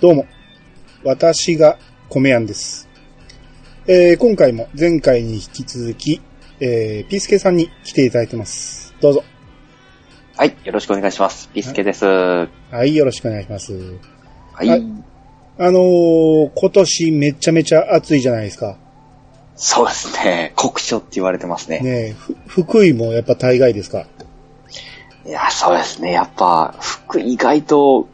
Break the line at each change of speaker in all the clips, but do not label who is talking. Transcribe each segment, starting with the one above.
どうも。私が米やんです。えー、今回も前回に引き続き、えー、ピースケさんに来ていただいてます。どうぞ。
はい、よろしくお願いします。ピスケです。は
はい、よろしくお願いします。
い。
はいあのー、今年めちゃめちゃ暑いじゃないですか。
そうですね。酷暑って言われてますね。
ねえふ福井もやっぱ大概ですか。
いや、そうですね。やっぱ、服意外と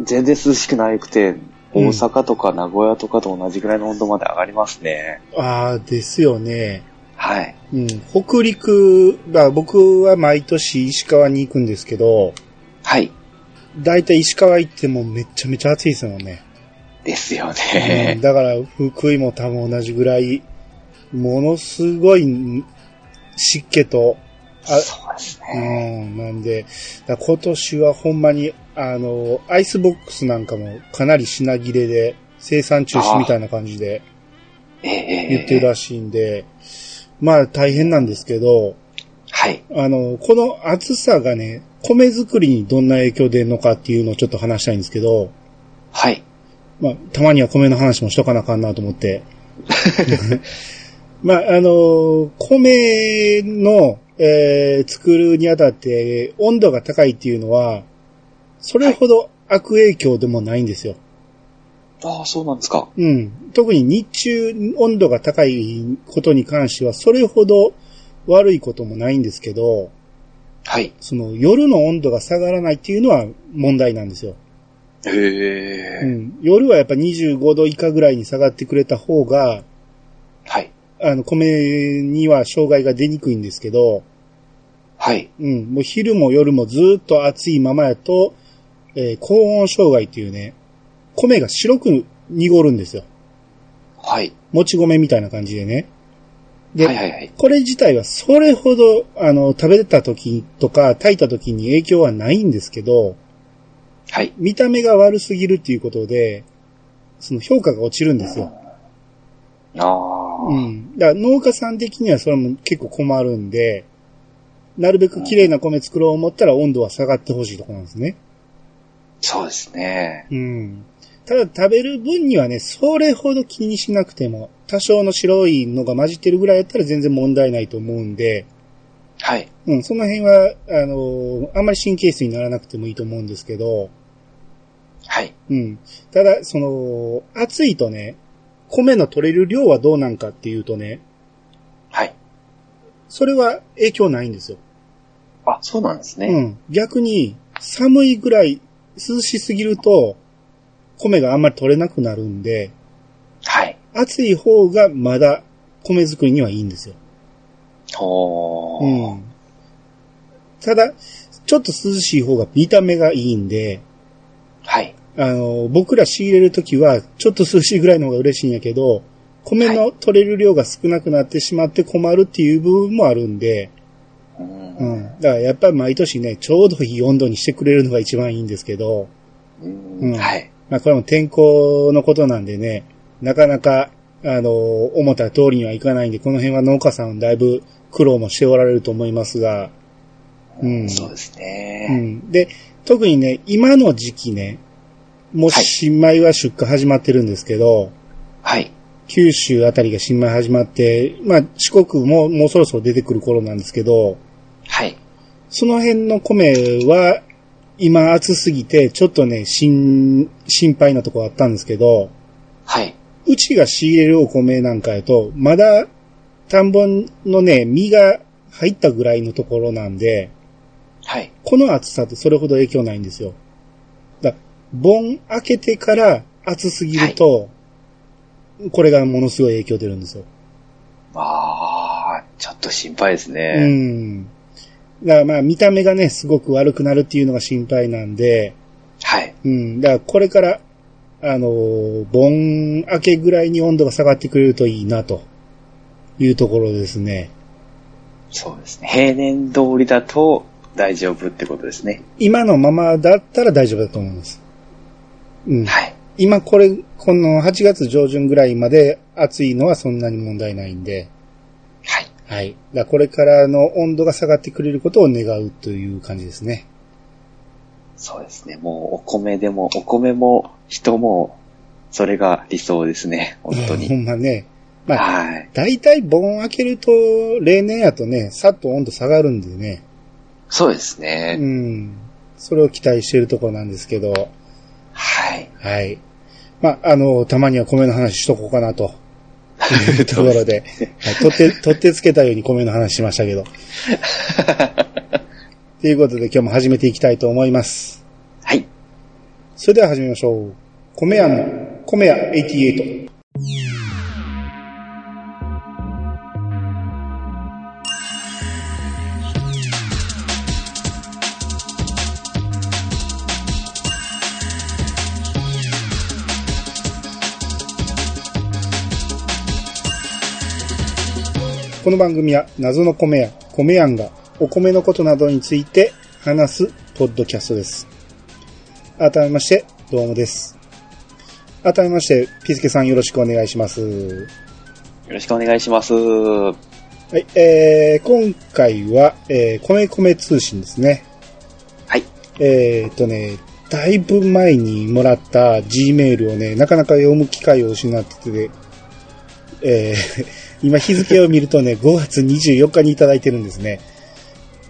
全然涼しくなくて、
うん
大阪とか名古屋とかと同じぐらいの温度まで上がりますね。
あー、ですよね。
はい。
うん、北陸が、僕は毎年石川に行くんですけど、
はい。
だいたい石川行ってもめちゃめちゃ暑いですもんね。
ですよ
う
ね
ん。だから、福井も多分同じぐらい、ものすごいん湿気と、あ
そうです
う
ね。
ん、なんで、だ今年はほんまに、あの、アイスボックスなんかもかなり品切れで、生産中止みたいな感じで
ええええ
言ってる
ええ
らしいんで、まあ大変なんですけど、
はい。
あの、この暑さがね、米作りにどんな影響出るのかっていうのをちょっと話したいんですけど、
はい。
まあ、たまには米の話もしとかなあかんなと思って。 まあ、あのー米の、えー作るにあたって温度が高いっていうのは、それほど悪影響でもないんですよ。
ああ、そうなんですか。
うん。特に日中温度が高いことに関しては、それほど悪いこともないんですけど、
はい。
その夜の温度が下がらないっていうのは問題なんですよ。
へ
う
え。
ん。夜はやっぱ25度以下ぐらいに下がってくれた方が、
はい。
あの、米には障害が出にくいんですけど、
はい。
うん、もう昼も夜もずーっと暑いままやと、えー高温障害っていうね、米が白く濁るんですよ。
はい。
もち米みたいな感じでね。で、
はいはいはい。
これ自体はそれほど、あの、食べた時とか炊いた時に影響はないんですけど、
はい。
見た目が悪すぎるっていうことで、その評価が落ちるんですよ。
ああ。
うん。だから農家さん的にはそれも結構困るんで、なるべく綺麗な米作ろう思ったら温度は下がってほしいとこなんですね。
そうですね。
うん。ただ食べる分にはね、それほど気にしなくても、多少の白いのが混じってるぐらいやったら全然問題ないと思うんで、
はい。
うん、その辺は、あのーあんまり神経質にならなくてもいいと思うんですけど、
はい。
うん。ただ、その、暑いとね、米の取れる量はどうなんかっていうとね、
はい。
それは影響ないんですよ。
あ、そうなんですね。
うん。逆に、寒いぐらい、涼しすぎると、米があんまり取れなくなるんで、
はい。
暑い方がまだ米作りにはいいんですよ。
ほ
う
ー。
ん。ただ、ちょっと涼しい方が見た目がいいんで、
はい。
あの、僕ら仕入れるときは、ちょっと涼しいぐらいの方が嬉しいんやけど、米の取れる量が少なくなってしまって困るっていう部分もあるんで、
う。
うんん。だからやっぱり毎年ね、ちょうどいい温度にしてくれるのが一番いいんですけど、
うん
うん
はい。
まあこれも天候のことなんでね、なかなか、あの、思った通りにはいかないんで、この辺は農家さんだいぶ苦労もしておられると思いますが、うん。
そうです
う
ね。
ん。で、特にね、今の時期ね、もう
はい
新米は出荷始まってるんですけど、
はい。
九州あたりが新米始まって、まあ四国ももうそろそろ出てくる頃なんですけど、
はい。
その辺の米は今暑すぎて、ちょっとね、心、心配なとこあったんですけど、
はい。
うちが仕入れるお米なんかやと、まだ田んぼのね、実が入ったぐらいのところなんで、
はい。
この暑さってそれほど影響ないんですよ。だ盆開けてから暑すぎると、これがものすごい影響出るんですよ。
あー、ちょっと心配です
う
ね。
ん。だからまあ見た目がね、すごく悪くなるっていうのが心配なんで、
はい。
うん。だからこれから、あのー盆明けぐらいに温度が下がってくれるといいな、というところですね。
そうですね。平年通りだと大丈夫ってことですね。
今のままだったら大丈夫だと思います。うん。
はい。
今これ、この8月上旬ぐらいまで暑いのはそんなに問題ないんで、
はい。
はい。だからこれからの温度が下がってくれることを願うという感じですね。
そうですね。もうお米でも、お米も人も、それが理想ですね。本当
ほ
に。
んまね。まあ、
はい。
大体盆開けると、例年やとね、さっと温度下がるんでね。
そうです
う
ね。
ん。それを期待してるところなんですけど、
はい。
はい。まあ、あの、たまには米の話しとこうかなと。 いうところで、はい、取って、取ってつけたように米の話しましたけど。ということで今日も始めていきたいと思います。
はい。
それでは始めましょう。米屋の、米屋88。この番組は謎の米屋、米屋がお米のことなどについて話すポッドキャストです。改めまして、どうもです。改めまして、ピスケさんよろしくお願いします。
よろしくお願いします。は
はい、えー、今回は、えー、米米通信ですね。
い。
えーっとね、だいぶ前にもらった G メールをね、なかなか読む機会を失ってて、えー 今日付を見るとね、5月24日にいただいてるんですね。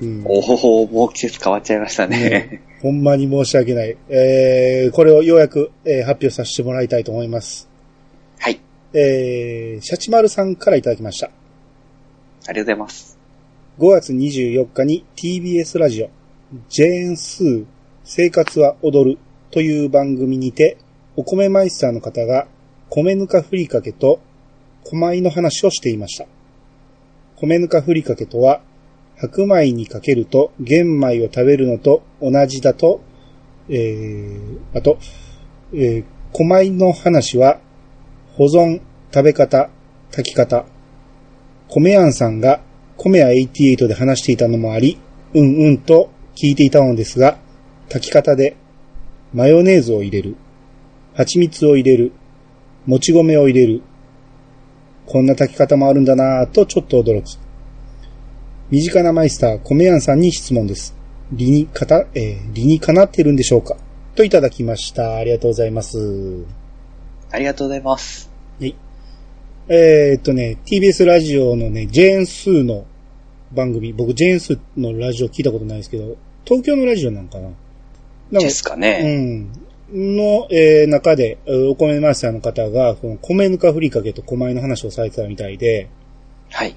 うん、
おほほ、もう季節変わっちゃいましたね。
ほんまに申し訳ない。えー、これをようやく、えー発表させてもらいたいと思います。
はい。
えー、シャチマルさんからいただきました。
ありがとうございます。
5月24日に TBS ラジオ、ジェーンスー、生活は踊るという番組にて、お米マイスターの方が、米ぬかふりかけと、米の話をしていました。米ぬかふりかけとは、白米にかけると玄米を食べるのと同じだと、えー、あと、えー、米の話は、保存、食べ方、炊き方、米庵さんが米屋88で話していたのもあり、うんうんと聞いていたのですが、炊き方で、マヨネーズを入れる、蜂蜜を入れる、もち米を入れる、こんな炊き方もあるんだなぁとちょっと驚き。身近なマイスター、米庵さんに質問です。理にかた、えー理にかなってるんでしょうかといただきました。ありがとうございます。
ありがとうございます。
えーっとね、TBS ラジオのね、ジェーンスーの番組、僕ジェーンスーのラジオ聞いたことないですけど、東京のラジオなんかななんか
ですかね。
うん。の、えー中で、えーお米マスターの方が、この米ぬかふりかけと米の話をされてたみたいで、
はい。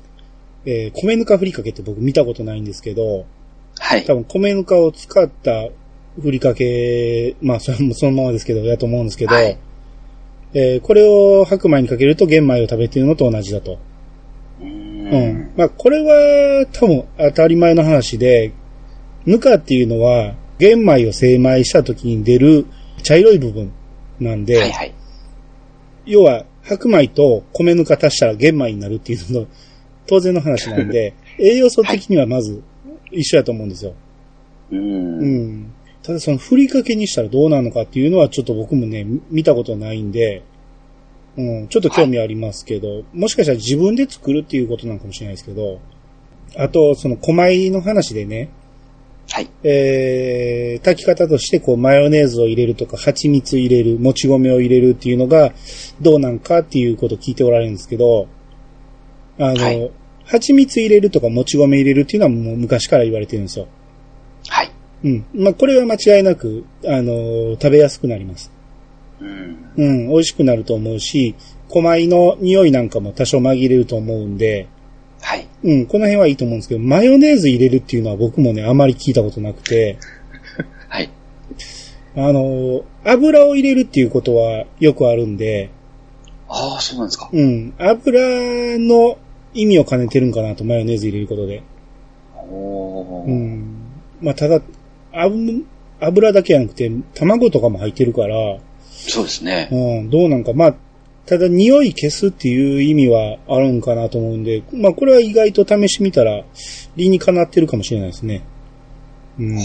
えー米ぬかふりかけって僕見たことないんですけど、
はい
多。分米ぬかを使ったふりかけ、まあそれもそのままですけど、やと思うんですけど、
はい
えーこれを白米にかけると玄米を食べているのと同じだと。
う
う
ー
ん
ん。。
まあ、これは多分当たり前の話で、ぬかっていうのは、玄米を精米した時に出る茶色い部分なんで、
はいはい。
要は白米と米ぬか足したら玄米になるっていうのの当然の話なん で、栄養素的にはまず一緒やと思うんですよ。
う。
うんん。ただそのふりかけにしたらどうなのかっていうのはちょっと僕もね、見たことないんで、うん、ちょっと興味ありますけど、もしかしたら自分で作るっていうことなのかもしれないですけど、あと、その、小米の話でね、
はい。
えー、炊き方として、こう、マヨネーズを入れるとか、蜂蜜入れる、もち米を入れるっていうのが、どうなんかっていうことを聞いておられるんですけど、あの、
はい
蜂蜜入れるとか、もち米入れるっていうのはもう昔から言われてるんですよ。
はい。
うん。まあ、これは間違いなく、あのー食べやすくなります。
うん。
うん、美味しくなると思うし、小米の匂いなんかも多少紛れると思うんで、
はい。
うん、この辺はいいと思うんですけど、マヨネーズ入れるっていうのは僕もね、あまり聞いたことなくて、
はい。
あのー油を入れるっていうことはよくあるんで、
ああ、そうなんですか。
うん、油の意味を兼ねてるんかなと、マヨネーズ入れることで。
お
う
ー。
ん。まあ、ただ、あぶ油だけじゃなくて、卵とかも入ってるから、
そうですね。
うん、どうなんか、まあ、ただ匂い消すっていう意味はあるんかなと思うんで、まあこれは意外と試してみたら、理にかなってるかもしれないですね。うん。
あ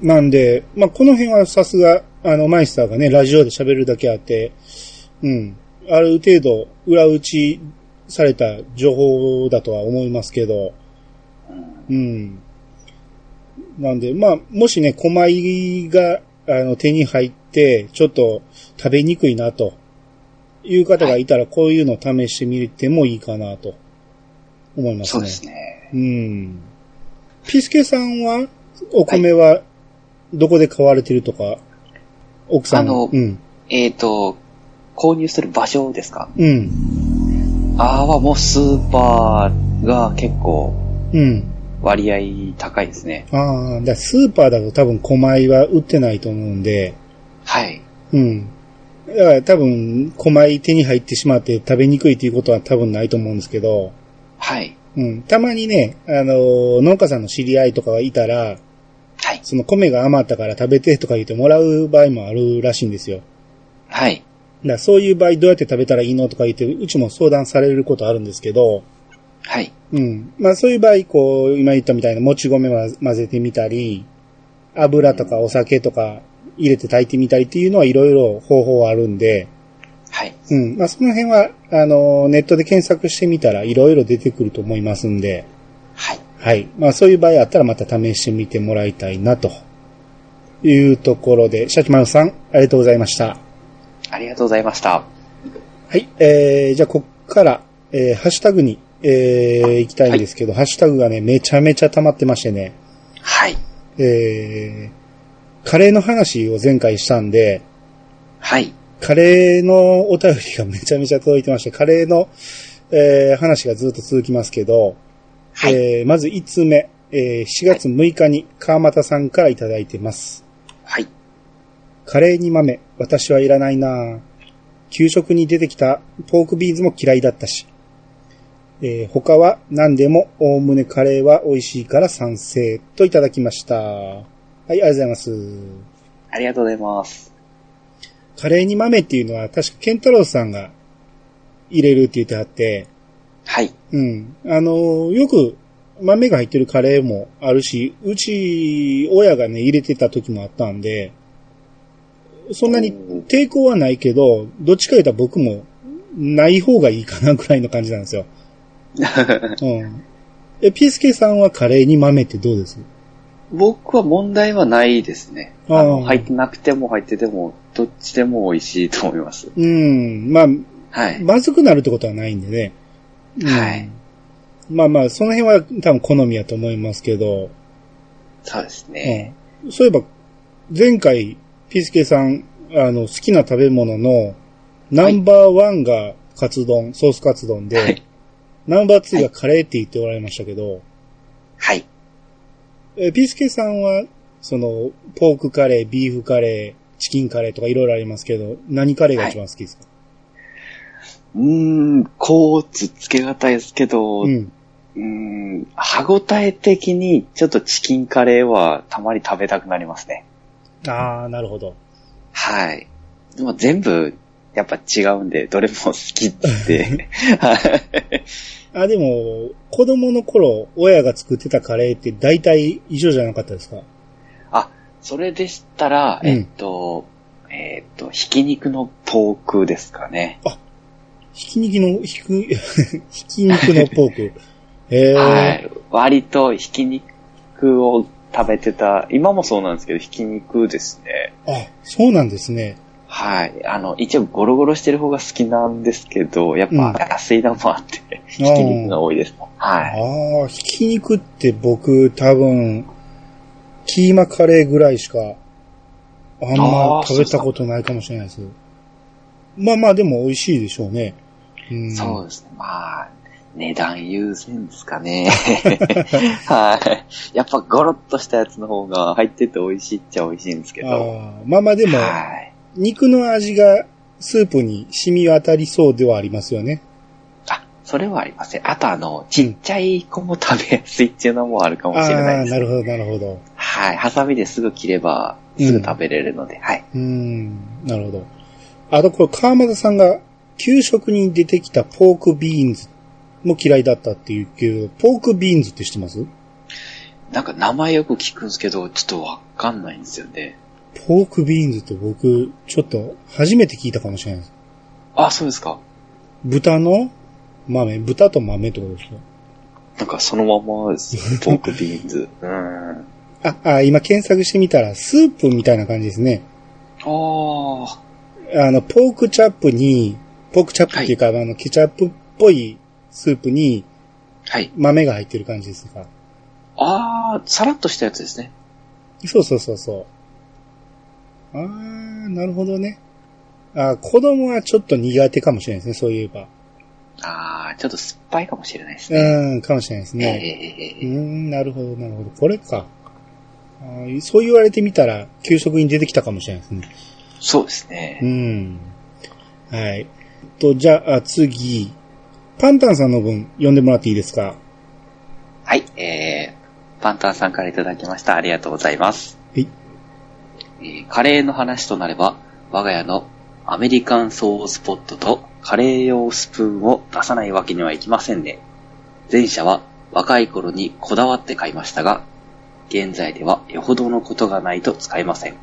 なんで、まあこの辺はさすが、あの、マイスターがね、ラジオで喋るだけあって、うん、ある程度裏打ちされた情報だとは思いますけど、うん。なんで、まあ、もしね、狛入が、あの、手に入って、ちょっと食べにくいな、という方がいたら、こういうのを試してみてもいいかな、と思いますね。
そうですね。
うん。ピスケさんは、お米は、どこで買われてるとか、奥さん
あの
うん。
えっ、と、購入する場所ですか
うん。
あーはもうスーパーが結構
うん。
割合高いですね。
ああ、だからスーパーだと多分、狛江は売ってないと思うんで、
はい。
うん。だから多分、狛江手に入ってしまって食べにくいということは多分ないと思うんですけど、
はい。
うん。たまにね、あのー農家さんの知り合いとかがいたら、
はい。
その米が余ったから食べてとか言ってもらう場合もあるらしいんですよ。
はい。
だからそういう場合どうやって食べたらいいのとか言って、うちも相談されることあるんですけど、
はい。
うん。まあそういう場合、こう、今言ったみたいなもち米は混ぜてみたり、油とかお酒とか入れて炊いてみたりっていうのはいろいろ方法はあるんで、
はい。
うん。まあその辺は、あの、ネットで検索してみたらいろいろ出てくると思いますんで、
はい。
はい。まあそういう場合あったらまた試してみてもらいたいなというところで、シャチマルさん、ありがとうございました。
ありがとうございました。
はい、えー、じゃあ、こっから、えー、ハッシュタグに、えー、行きたいんですけど、ハッシュタグがね、めちゃめちゃ溜まってましてね、
はい。
えー、カレーの話を前回したんで、
はい。
カレーのお便りがめちゃめちゃ届いてまして、カレーの、えー、話がずっと続きますけど、
はい。
えー、まず1通目、えー、4月6日に川又さんからいただいてます。
はい。
カレーに豆、私はいらないなぁ給食に出てきたポークビーンズも嫌いだったし。えー他は何でも、おおむねカレーは美味しいから賛成といただきました。はい、ありがとうございます。
ありがとうございます。
カレーに豆っていうのは確かケンタロウさんが入れるって言ってあって、
はい。
うん。あのーよく豆が入ってるカレーもあるし、うち親がね入れてた時もあったんで、そんなに
うん
抵抗はないけど、どっちか言ったら僕もない方がいいかなぐらいの感じなんです よ。うん。え、ピースケさんはカレーに豆ってどうです
僕は問題はないですね。
あー
あの入ってなくても入ってても、どっちでも美味しいと思います。
うん。まあ、
はい。
まずくなるってことはないんでね。うん
はい。
まあまあ、その辺は多分好みやと思いますけど、
そうですね。
うん。そういえば、前回、ピースケさん、あの、好きな食べ物の、ナンバーワンがカツ丼、ソースカツ丼で、
はい。
ナンバーツーがカレーって言っておられましたけど、
はい。
えー、ピースケさんは、その、ポークカレー、ビーフカレー、チキンカレーとかいろいろありますけど、何カレーが一番好きですか、
うーん、こうつつけがたいですけど、
うん。
うーん、歯ごたえ的に、ちょっとチキンカレーはたまに食べたくなりますね。
ああ、なるほど。
はい。でも全部、やっぱ違うんで、どれも好き って。はい
あ、でも、子供の頃、親が作ってたカレーって大体以上じゃなかったですか
あ、それでしたら、
うん
えっと、えっと、ひき肉のポークですかね。
ひき肉の、ひく、 ひき肉のポーク。えー、
はい。割とひき肉を食べてた、今もそうなんですけど、ひき肉ですね。
あ、そうなんですね。
はい。あの、一応ゴロゴロしてる方が好きなんですけど、やっ
うん
ぱ安いのもあって、
ひ
ひき肉が多いです。はい。
ああ、ひき肉って僕多分、キーマカレーぐらいしか、あんま
あー
食べたことないかもしれないです。まあまあでも美味しいでしょうね。うん、
そうですね。まあ、値段優先ですか ね。はい。やっぱゴロッとしたやつの方が入ってて美味しいっちゃ美味しいんですけ
あ
ど。
ーまあまあでも、
はい。
肉の味がスープに染み渡りそうではありますよね。
あ、それはありません。あとあの、ちっちゃい子も食べやすいっていうのもあるかもしれ
あ
な
あ
い
ー、
です。
なるほど、なるほど。
はい。ハサミですぐ切れば、すぐ食べれるので、はい。
うん、なるほど。あとこれ川又さんが、給食に出てきたポークビーンズも嫌いだったっていうけど、ポークビーンズって知ってます
なんか名前よく聞くんですけど、ちょっとわかんないんですよね。
ポークビーンズって僕、ちょっと初めて聞いたかもしれないです。
あ、そうですか。
豚の豆、豚と豆ってことですよ。
なんかそのままです。ポークビーンズ。うん。
あ、あ、今検索してみたら、スープみたいな感じですね。
ああ。
あの、ポークチャップに、ポークチャップっていうか、あの、ケチャップっぽいスープに
はい。
豆が入ってる感じですか。
ああ、さらっとしたやつですね。
そうそうそうそう。あー、なるほどね。あー子供はちょっと苦手かもしれないですね、そういえば。
ああ、ちょっと酸っぱいかもしれないですね。
うん、かもしれないです
ええ
ね。う
えええ
ー
え
ん、なるほど、なるほど。これか。あーそう言われてみたら、給食に出てきたかもしれないですね。
そうです
う
ね。
ん。はい。と、じゃあ、次。パンタンさんの分、読んでもらっていいですか
はい。えー、パンタンさんからいただきました。ありがとうございます。
はい。
えーカレーの話となれば、我が家のアメリカンソースポットとカレー用スプーンを出さないわけにはいきませんね。前者は若い頃にこだわって買いましたが、現在ではよほどのことがないと使えません。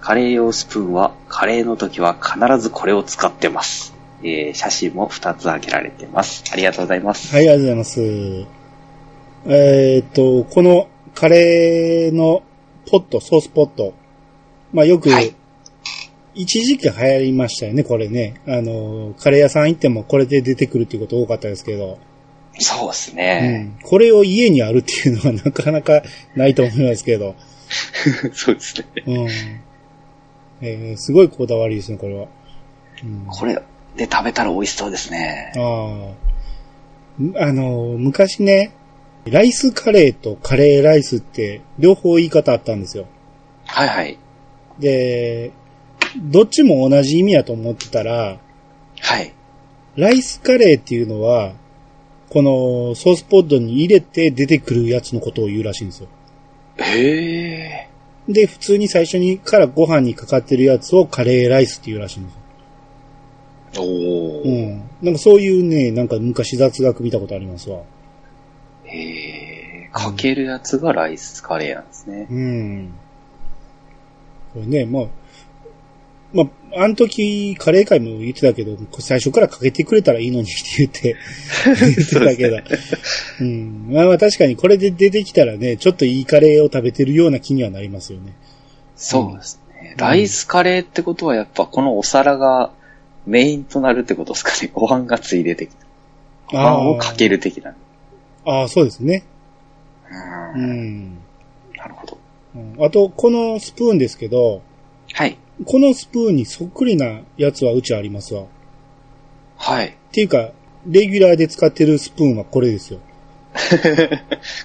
カレー用スプーンはカレーの時は必ずこれを使ってます。えー写真も2つあげられてます。ありがとうございます。
はい、ありがとうございます。えーっと、このカレーのポット、ソースポット。まあよく、
はい
一時期流行りましたよね、これね。あの、カレー屋さん行ってもこれで出てくるっていうこと多かったですけど、
そうです
う
ね。
ん、これを家にあるっていうのはなかなかないと思いますけど、
そうですね。
うんえーすごいこだわりですね、これは。うん
これで食べたら美味しそうですね。
ああ。あの、昔ね、ライスカレーとカレーライスって両方言い方あったんですよ。
はいはい。
で、どっちも同じ意味やと思ってたら、
はい。
ライスカレーっていうのは、このソースポッドに入れて出てくるやつのことを言うらしいんですよ。
へえ。
で、普通に最初にからご飯にかかってるやつをカレーライスって言うらしいんですよ。
おお、
うん。なんかそういうね、なんか昔雑学見たことありますわ。
へえ。かけるやつがライスカレーなんですね。
うん。これね、まあ、まあ、あの時、カレー会も言ってたけど、これ最初からかけてくれたらいいのにって言って、言ってたけど。うん。まあまあ確かにこれで出てきたらね、ちょっといいカレーを食べてるような気にはなりますよね。
そうですね。ライスカレーってことはやっぱこのお皿がメインとなるってことですかね。 ご飯がついでてきてご飯をかける的な。
ああ、そうですね。
う
うんん。
なるほど。
うんあと、このスプーンですけど、
はい。
このスプーンにそっくりなやつはうちありますわ。っ
はい。
ていうか、レギュラーで使ってるスプーンはこれですよ。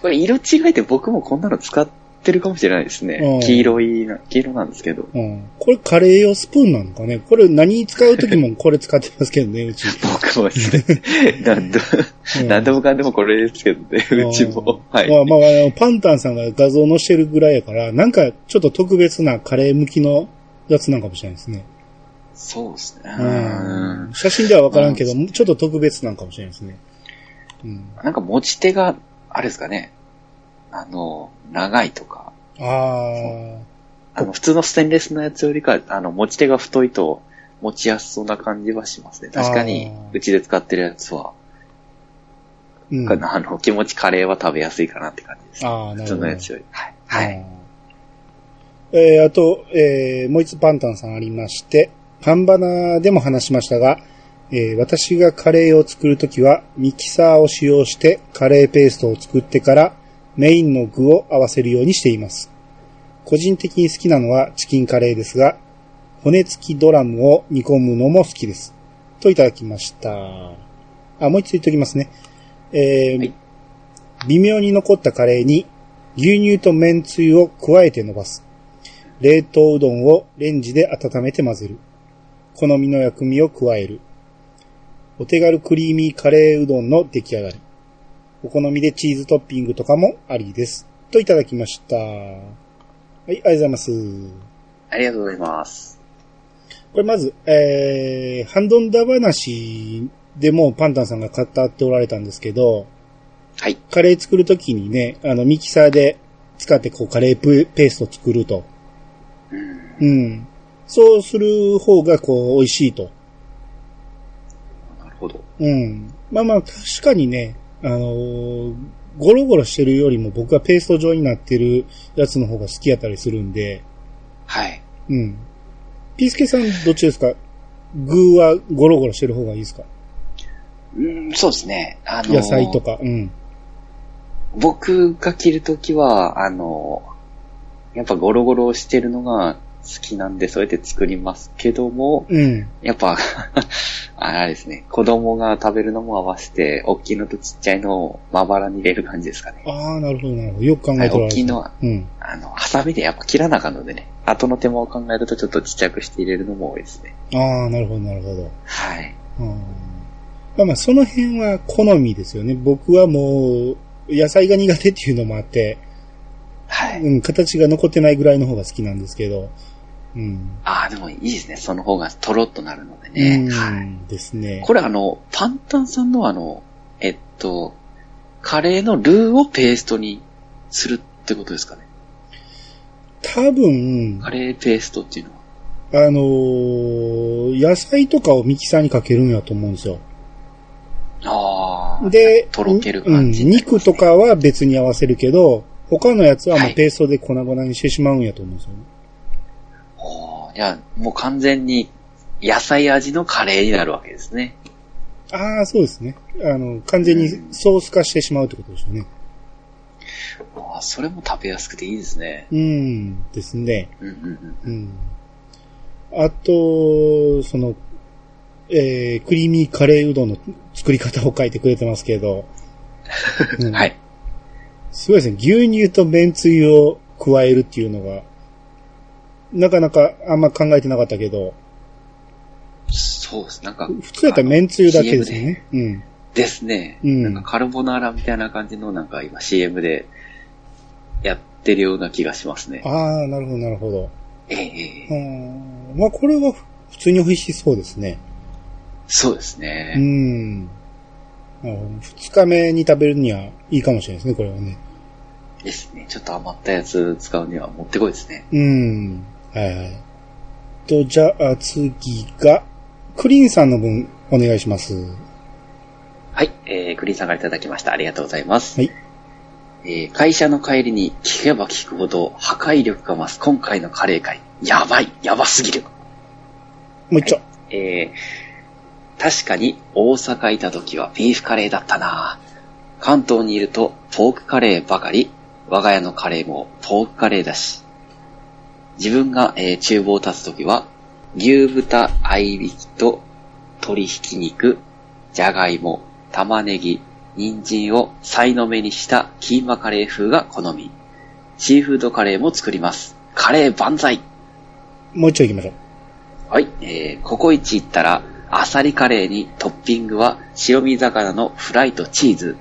これ色違いで僕もこんなの使ってるかもしれないです
うん
ね。黄色いな、黄色なんですけど。
うん。これカレー用スプーンなのかねこれ何に使うときもこれ使ってますけどね、うち。
僕もで すね。なんで、
うん
なんでもかんでもこれですけどね。うちも。
うん
はい。
まあまああの、パンタンさんが画像載してるぐらいやから、なんかちょっと特別なカレー向きのやつなんかもしれないですね。
そうですね。
うん。写真ではわからんけど、ちょっと特別なんかもしれないですね。うん。
なんか持ち手が、あれですかね。あの、長いとか。
あ
あの、普通のステンレスのやつよりか、あの、持ち手が太いと持ちやすそうな感じはしますね。確かに
あ、ー
うちで使ってるやつは、
ー。うん。あ
あの、気持ちカレーは食べやすいかなって感じです。
あー、な
普
る
通
ほど
の。やつより。はい。はい。
うん。えーあと、えーもう一つパンタンさんありまして、パンバナでも話しましたが、えー私がカレーを作るときは、ミキサーを使用してカレーペーストを作ってから、メインの具を合わせるようにしています。個人的に好きなのはチキンカレーですが、骨付きドラムを煮込むのも好きです。といただきました。あ、もう一つ言っておきますね。えー
はい
微妙に残ったカレーに牛乳と麺つゆを加えて伸ばす。冷凍うどんをレンジで温めて混ぜる。好みの薬味を加える。お手軽クリーミーカレーうどんの出来上がり。お好みでチーズトッピングとかもありです。といただきました。はい、ありがとうございます。
ありがとうございます。
これまず、えー、ハンドンダ話でもパンタンさんが語っておられたんですけど、
はい。
カレー作るときにね、あの、ミキサーで使ってこう、カレープペースト作ると。
うん。
うん。そうする方がこう、美味しいと。
なるほど。
うん。まあまあ、確かにね、あのーゴロゴロしてるよりも僕はペースト状になってるやつの方が好きやったりするんで、
はい。
うん。ピースケさんどっちですか具はゴロゴロしてる方がいいですか
うん、そうですね。あのー
野菜とか。うん。
僕が着るときは、あのーやっぱゴロゴロしてるのが好きなんで、そうやって作りますけども、
うん。
やっぱ、 あれですね、子供が食べるのも合わせて、大きいのとちっちゃいのをまばらに入れる感じですかね。
ああ、なるほど、なるほど。よく考えてら
はい、
れる。
大きいのは、
うん。
あの、ハサミでやっぱ切らなあかんのでね、後の手間を考えるとちょっとちっちゃくして入れるのも多いですね。
ああ、なるほど、なるほど。
はい。
うんまあまあ、その辺は好みですよね。僕はもう、野菜が苦手っていうのもあって、
はい。
うん、形が残ってないぐらいの方が好きなんですけど、うん。
ああ、でもいいですね。その方がトロっとなるのでね。
う
はい。
ん、ですね。
これあの、パンタンさんのあの、えっと、カレーのルーをペーストにするってことですかね。
多分、
カレーペーストっていうのは。
あのー野菜とかをミキサーにかけるんやと思うんですよ。
ああ。
で、
とろける感じ
うん、肉とかは別に合わせるけど、他のやつはも
は
う
い
ペーストで粉々にしてしまうんやと思うんですよね。
おーいや、もう完全に野菜味のカレーになるわけですね。
ああ、そうですね。あの、完全にソース化してしまうってことでしょうね。
ああ、それも食べやすくていいですね。
うん、ですね。
うんうんうん。
うん。あと、その、えー、クリーミーカレーうどんの作り方を書いてくれてますけど、うん
は。い。
すごいですね。牛乳と麺つゆを加えるっていうのが、なかなかあんま考えてなかったけど、
そうです。なんか、
普通だったら麺つゆだけですよね。うん。
ですね。
うん
なんかカルボナーラみたいな感じのなんか今 CM でやってるような気がしますね。
ああ、なるほど、なるほど。
えええ
う
え
ん。まあ、これは普通に美味しそうですね。
そうです
う
ね。
ん。なるほど二日目に食べるにはいいかもしれないですね、これはね。
ですね。ちょっと余ったやつ使うにはもってこいですね。
うん。はいはい。と、じゃあ次が、クリーンさんの分お願いします。
はい。えー、クリーンさんからいただきました。ありがとうございます。
はい。
えー、会社の帰りに聞けば聞くほど破壊力が増す今回のカレー会。やばい。やばすぎる。
もう一丁。
えー確かに大阪いた時はビーフカレーだったな関東にいるとポークカレーばかり、我が家のカレーもポークカレーだし、自分が、えー厨房を立つ時は、牛豚合いびきと鶏ひき肉、じゃがいも、玉ねぎ、人参をさいの目にしたキーマカレー風が好み。シーフードカレーも作ります。カレー万歳
もう一丁行きましょう。
はい、えー、ココイチ行ったら、アサリカレーにトッピングは白身魚のフライとチーズ。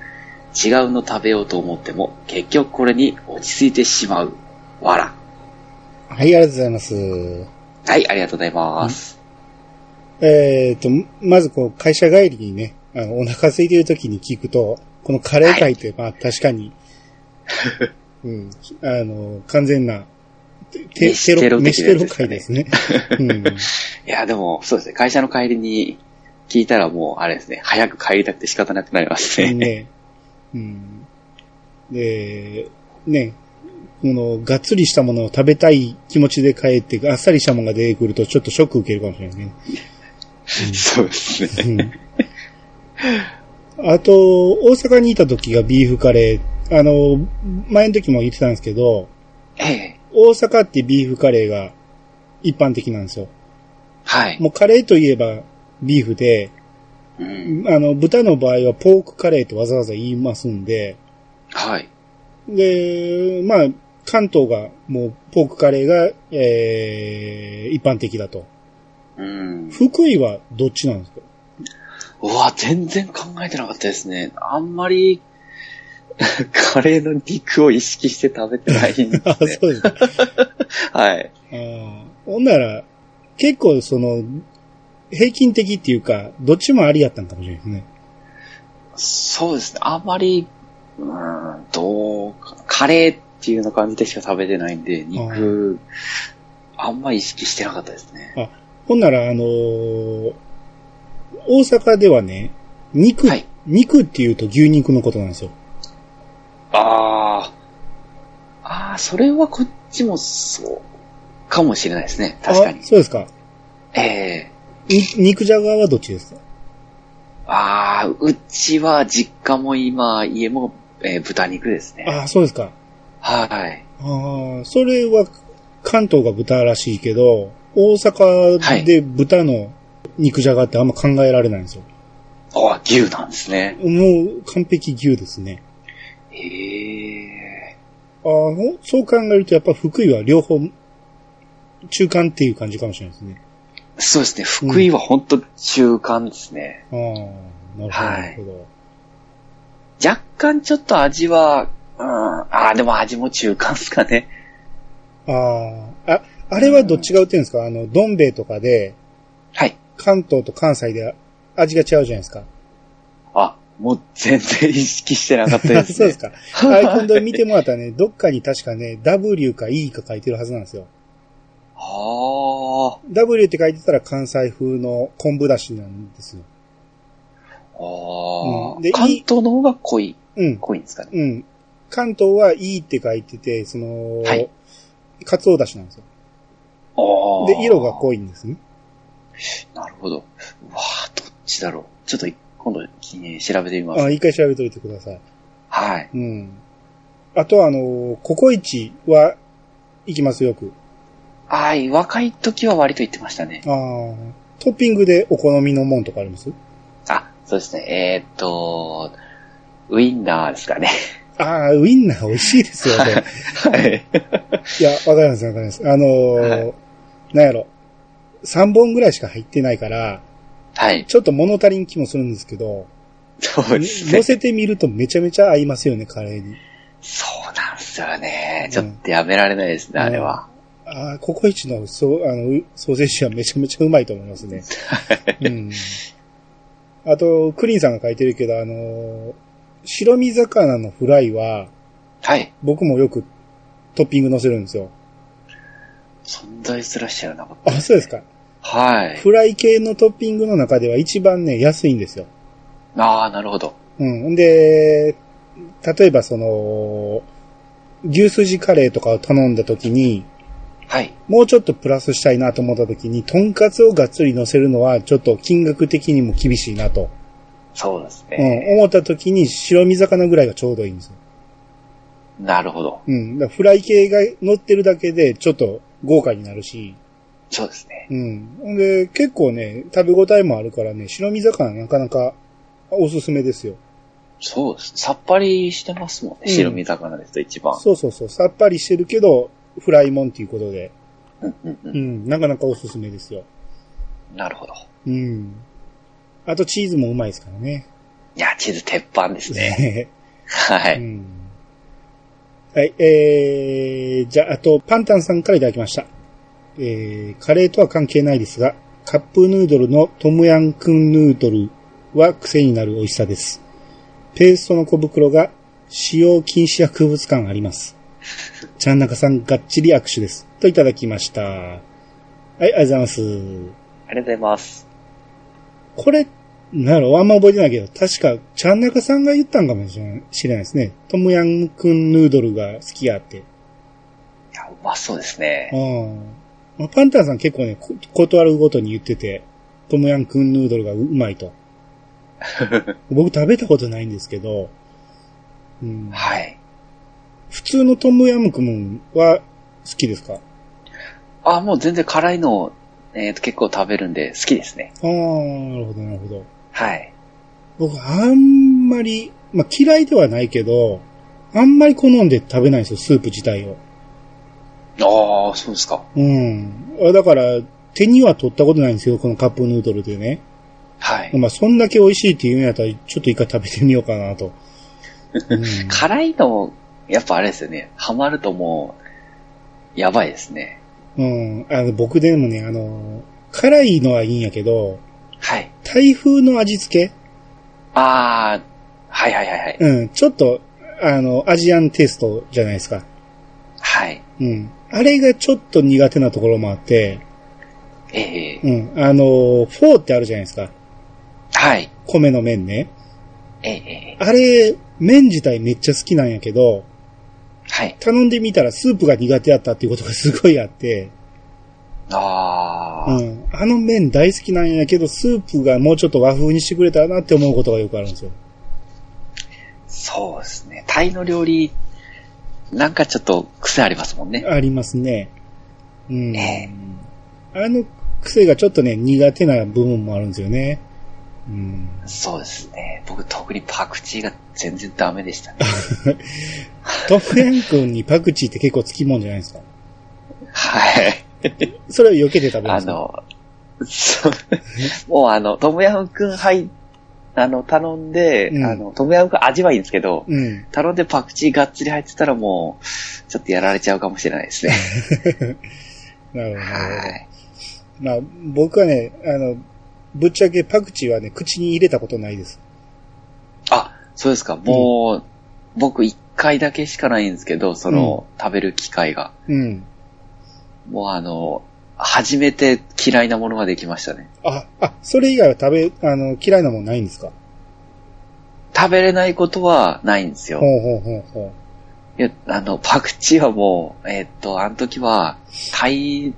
違うの食べようと思っても、結局これに落ち着いてしまう。わら。
はい、ありがとうございます。
はい、ありがとうございます。
えっ、と、まずこう、会社帰りにね、あの、お腹空いてる時に聞くと、このカレー会って、まあ確か に、うん、あの、完全な、て
飯テロ
飯
的
テ
な
ロ
やつ
会です ね。うん。
いや、でも、そうですね、会社の帰りに聞いたらもう、あれですね、早く帰りたくて仕方なくなりますね。
ね。 うん。で、ね、この、がっつりしたものを食べたい気持ちで帰って、あっさりしたものが出てくると、ちょっとショック受けるかもしれないね。
そうですね。
うんあと、大阪にいた時がビーフカレー。あの、前の時も言ってたんですけど、
ええ
大阪ってビーフカレーが一般的なんですよ。
はい。
もうカレーといえばビーフで、
うん。
あの、豚の場合はポークカレーとわざわざ言いますんで、
はい。
で、まあ、関東がもうポークカレーが、えー、一般的だと。
うん。
福井はどっちなんですか
うわ、全然考えてなかったですね。あんまり、 カレーの肉を意識して食べてないん で
あ、そ
すね。
うですか。
はい。
ああ、ほんなら、結構その、平均的っていうか、どっちもありやったんかもしれないですね。
そうですね。あんまり、うーん、どうか、カレーっていうような感じでしか食べてないんで、肉、あんま意識してなかったですね。
ほんなら、あのー大阪ではね、肉、
はい
肉っていうと牛肉のことなんですよ。
ああ。ああ、それはこっちもそうかもしれないですね。確かに
あ。そうですか。
ええ
に肉じゃがはどっちですか
ああ、うちは実家も今、家も、えー豚肉ですね。
ああ、そうですか。
はい。
ああ、それは関東が豚らしいけど、大阪で豚の肉じゃがってあんま考えられないんですよ。
ああ、牛なんですね。
もう完璧牛ですね。
ええ
あの、そう考えるとやっぱ福井は両方、中間っていう感じかもしれないですね。
そうですね。福井は本当中間ですね。
ああ、なるほど、
はい
なるほど。
若干ちょっと味は、うん、ああ、でも味も中間ですかね。
ああ、あ、あれはどっちが売ってるんですかあの、どん兵衛とかで、
はい。
関東と関西で味が違うじゃないですか。
あ、もう全然意識してなかったです、ね。
そうですか。あれ今度見てもらったらね、どっかに確かね、W か E か書いてるはずなんですよ。
あ
W って書いてたら関西風の昆布だしなんですよ。
あ、ああ、
うんで
関東の方が濃い、
うん。
濃いんですかね。
うん。関東は E って書いてて、その、
はい
カツオだしなんですよ。
ああ。
で、色が濃いんですね。
なるほど。うわあ、どっちだろう。ちょっと今度気に調べてみます。
あ一回調べといてください。
はい。
うん。あとは、あの、ココイチは、行きますよく。
はい、若い時は割と言ってましたね。
あートッピングでお好みのもんとかあります
あ、そうですね。えーっと、ウインナーですかね。
ああ、ウインナー美味しいですよ ね。
はい。
いや、わかります、わかります。あのー
は
なんやろ。3本ぐらいしか入ってないから、
はい。
ちょっと物足りん気もするんですけど、
そうですね
乗。せてみるとめちゃめちゃ合いますよね、カレーに。
そうなんですよね。ちょっとやめられないですね、
うん
あれは。
ああ、ココイチのそうあのソーセージはめちゃめちゃうまいと思いますね。うん。あと、クリンさんが書いてるけど、あのー白身魚のフライは、
はい。
僕もよくトッピング乗せるんですよ。
存在すらしてはなかった。
あ、そうですか。
はい。
フライ系のトッピングの中では一番ね、安いんですよ。
ああ、なるほど。
うん。んで、例えばその、牛すじカレーとかを頼んだ時に、
はい。
もうちょっとプラスしたいなと思った時に、とんかつをがっつり乗せるのは、ちょっと金額的にも厳しいなと、
そうです
うん、
ね。
思った時に白身魚ぐらいがちょうどいいんですよ。
なるほど。
うん。だからフライ系が乗ってるだけで、ちょっと豪華になるし、
そうですね。
うん。ほんで、結構ね、食べ応えもあるからね、白身魚なかなかおすすめですよ。
そうです。さっぱりしてますもんね。
うん
白身魚ですと一番。
そうそうそう、さっぱりしてるけど、フライもんっていうことで、
うんうんう。
うんん、なかなかおすすめですよ。
なるほど。
うん。あとチーズもうまいですからね。
いや、チーズ鉄板ですね。は
う
い。
んはい、えー、じゃあ、あと、パンタンさんからいただきました。えー、カレーとは関係ないですが、カップヌードルのトムヤンクンヌードルは癖になる美味しさです。ペーストの小袋が使用禁止薬物感あります。ちゃん中さんがっちり握手です。といただきました。はい、ありがとうございます。
ありがとうございます。
これ、なるあんま覚えてないけど、確か、ちゃんなかさんが言ったんかもしれない知れないですね。トムヤンくんヌードルが好きやって。
いや、うまそうです
う
ね。
ん。まあパンタンさん結構ね、こ断るごとに言ってて、トムヤンくんヌードルがうまいと。僕食べたことないんですけど、うん、
はい。
普通のトムヤムクンは好きですかあ
あ、もう全然辛いのを、えーと、結構食べるんで好きですね。
あ、なるほど、なるほど。
はい。
僕、あんまり、まあ、嫌いではないけど、あんまり好んで食べないんですよ、スープ自体を。
ああ、そうですか。
うん。あだから、手には取ったことないんですよ、このカップヌードルでね。
はい。
まあ、そんだけ美味しいって言うんやったら、ちょっと一回食べてみようかなと。うん
辛いの、やっぱあれですよね。ハマるともう、やばいですね。
うん。あの、僕でもね、あの、辛いのはいいんやけど、
はい。
台風の味付
ああ、はいはいはいはい
け。うん。ちょっと、あの、アジアンテイストじゃないですか。
はい。
うん。あれがちょっと苦手なところもあって、
ええ
うん。あの、フォーってあるじゃないですか。
はい。
米の麺ね。
ええ
あれ、麺自体めっちゃ好きなんやけど、
はい。
頼んでみたらスープが苦手だったっていうことがすごいあって、
あ
う
ー。
ん。あの麺大好きなんやけど、スープがもうちょっと和風にしてくれたらなって思うことがよくあるんですよ。
そうですね。タイの料理、なんかちょっと癖ありますもんね。
ありますね。うん。
ね
あの癖がちょっとね、苦手な部分もあるんですよね。うん。
そうですね。僕特にパクチーが全然ダメでしたね。
トフヤン君にパクチーって結構つきもんじゃないですか。
はい。
それを避けて食べるん
あ
ですか
の、そうもうあの、トムヤムくんはい、あの、頼んで、
うん
あの、トムヤムくん味はいいんですけど、
うん。
頼んでパクチーがっつり入ってたらもう、ちょっとやられちゃうかもしれないですね。
なるほど、なるほ
は
ど。
い。
まあ、僕はね、あの、ぶっちゃけパクチーはね、口に入れたことないです。
あ、そうですか。もう、僕一回だけしかないんですけど、その、食べる機会が。
うん。
もうあの、初めて嫌いなものができましたね。
あ、あ、それ以外は食べ、あの、嫌いなもんないんですか
食べれないことはないんですよ。
ほうほうほうほ
いや、あの、パクチーはもう、えーっと、あの時は、タイ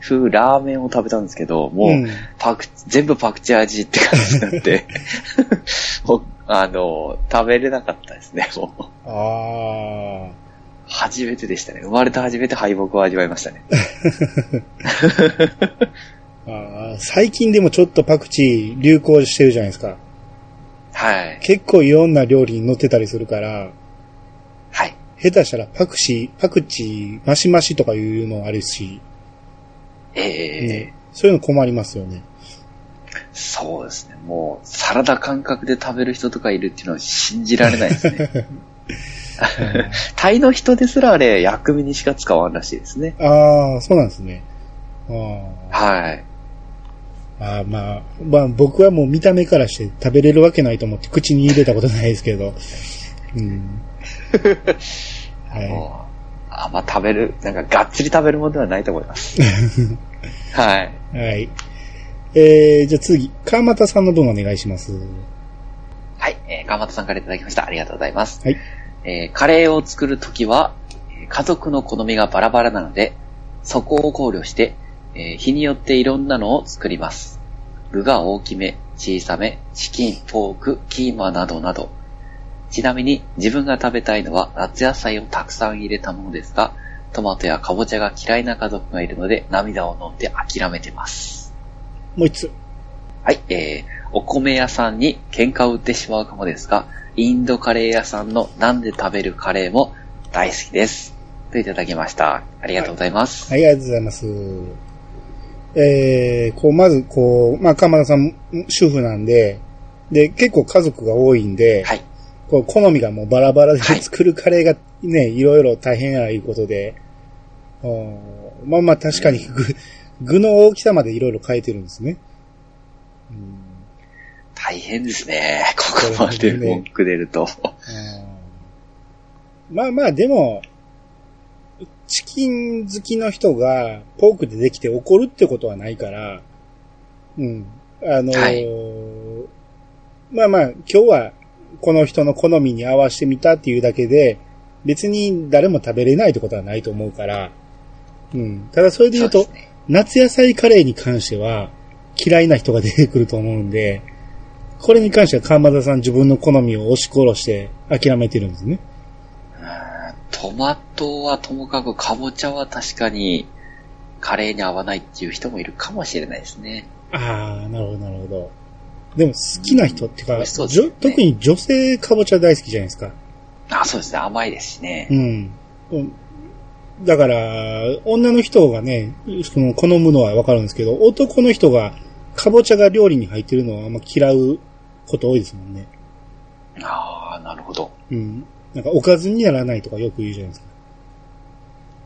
風ラーメンを食べたんですけど、
う。
もう、
うん。
パク、全部パクチー味って感じになって、 もうあの、食べれなかったですね、もう。
あ
初めてでしたね。生まれて初めて敗北を味わいましたね。
ーあー。最近でもちょっとパクチー流行してるじゃないですか。
はい。
結構いろんな料理に載ってたりするから、
はい。
下手したらパクチー、パクチー、マシマシとかいうのもあるし、
ええ
ね、そういうの困りますよ ね。
そうですね。もう、サラダ感覚で食べる人とかいるっていうのは信じられないです ね。タイの人ですらあれ、薬味にしか使わんらしいですね。
ああ、そうなんですね。あー
はい。
あー、まあ、まあ僕はもう見た目からして食べれるわけないと思って口に入れたことないですけど。うん。は
もう、あんま食べる、なんかがっつり食べるものではないと思います。はい。
い。はい。えー、じゃあ次、川又さんの分お願いします。
はい。えー、川又さんからいただきました。ありがとうございます。
はい。
えーカレーを作るときは、えー家族の好みがバラバラなので、そこを考慮して、えー日によっていろんなのを作ります。具が大きめ、小さめ、チキン、ポーク、キーマなどなど。ちなみに自分が食べたいのは夏野菜をたくさん入れたものですが、トマトやカボチャが嫌いな家族がいるので涙を飲んで諦めてます。
もう一つ。
はい、えー、お米屋さんに喧嘩を売ってしまうかもですが、インドカレー屋さんのなんで食べるカレーも大好きです。といただきました。ありがとうございます。
はい、ありがとうございます。えー、こう、まず、こう、まあ、鎌田さん、主婦なんで、で、結構家族が多いんで、
はい。
こう、好みがもうバラバラで
はい
作るカレーがね、い、ろいろ大変やらいうことで、うんまあまあ確かに具、具の大きさまでいろいろ変えてるんですね。うん
大変ですね。ここまで文句出ると。
うんまあまあ、でも、チキン好きの人がポークでできて怒るってことはないから、うん。あのーまあまあ、今日はこの人の好みに合わせてみたっていうだけで、別に誰も食べれないってことはないと思うから、うん。ただそれで言うと、
そうですね
夏野菜カレーに関しては嫌いな人が出てくると思うんで、これに関しては川端さん自分の好みを押し殺して諦めてるんですね。
うんトマトはともかく、かぼちゃは確かにカレーに合わないっていう人もいるかもしれないですね。
あー、なるほど、なるほど。でも好きな人っていうか、
美味しそうです
じ
よ
ょ
ね
特に女性かぼちゃ大好きじゃないですか。
あ、そうですね。甘いですしね
う。ん。うんだから、女の人がね、その好むのはわかるんですけど、男の人がかぼちゃが料理に入ってるのはあんま嫌うこと多いですもんね。
ああ、なるほど。
うん。なんかおかずにならないとかよく言うじゃないですか。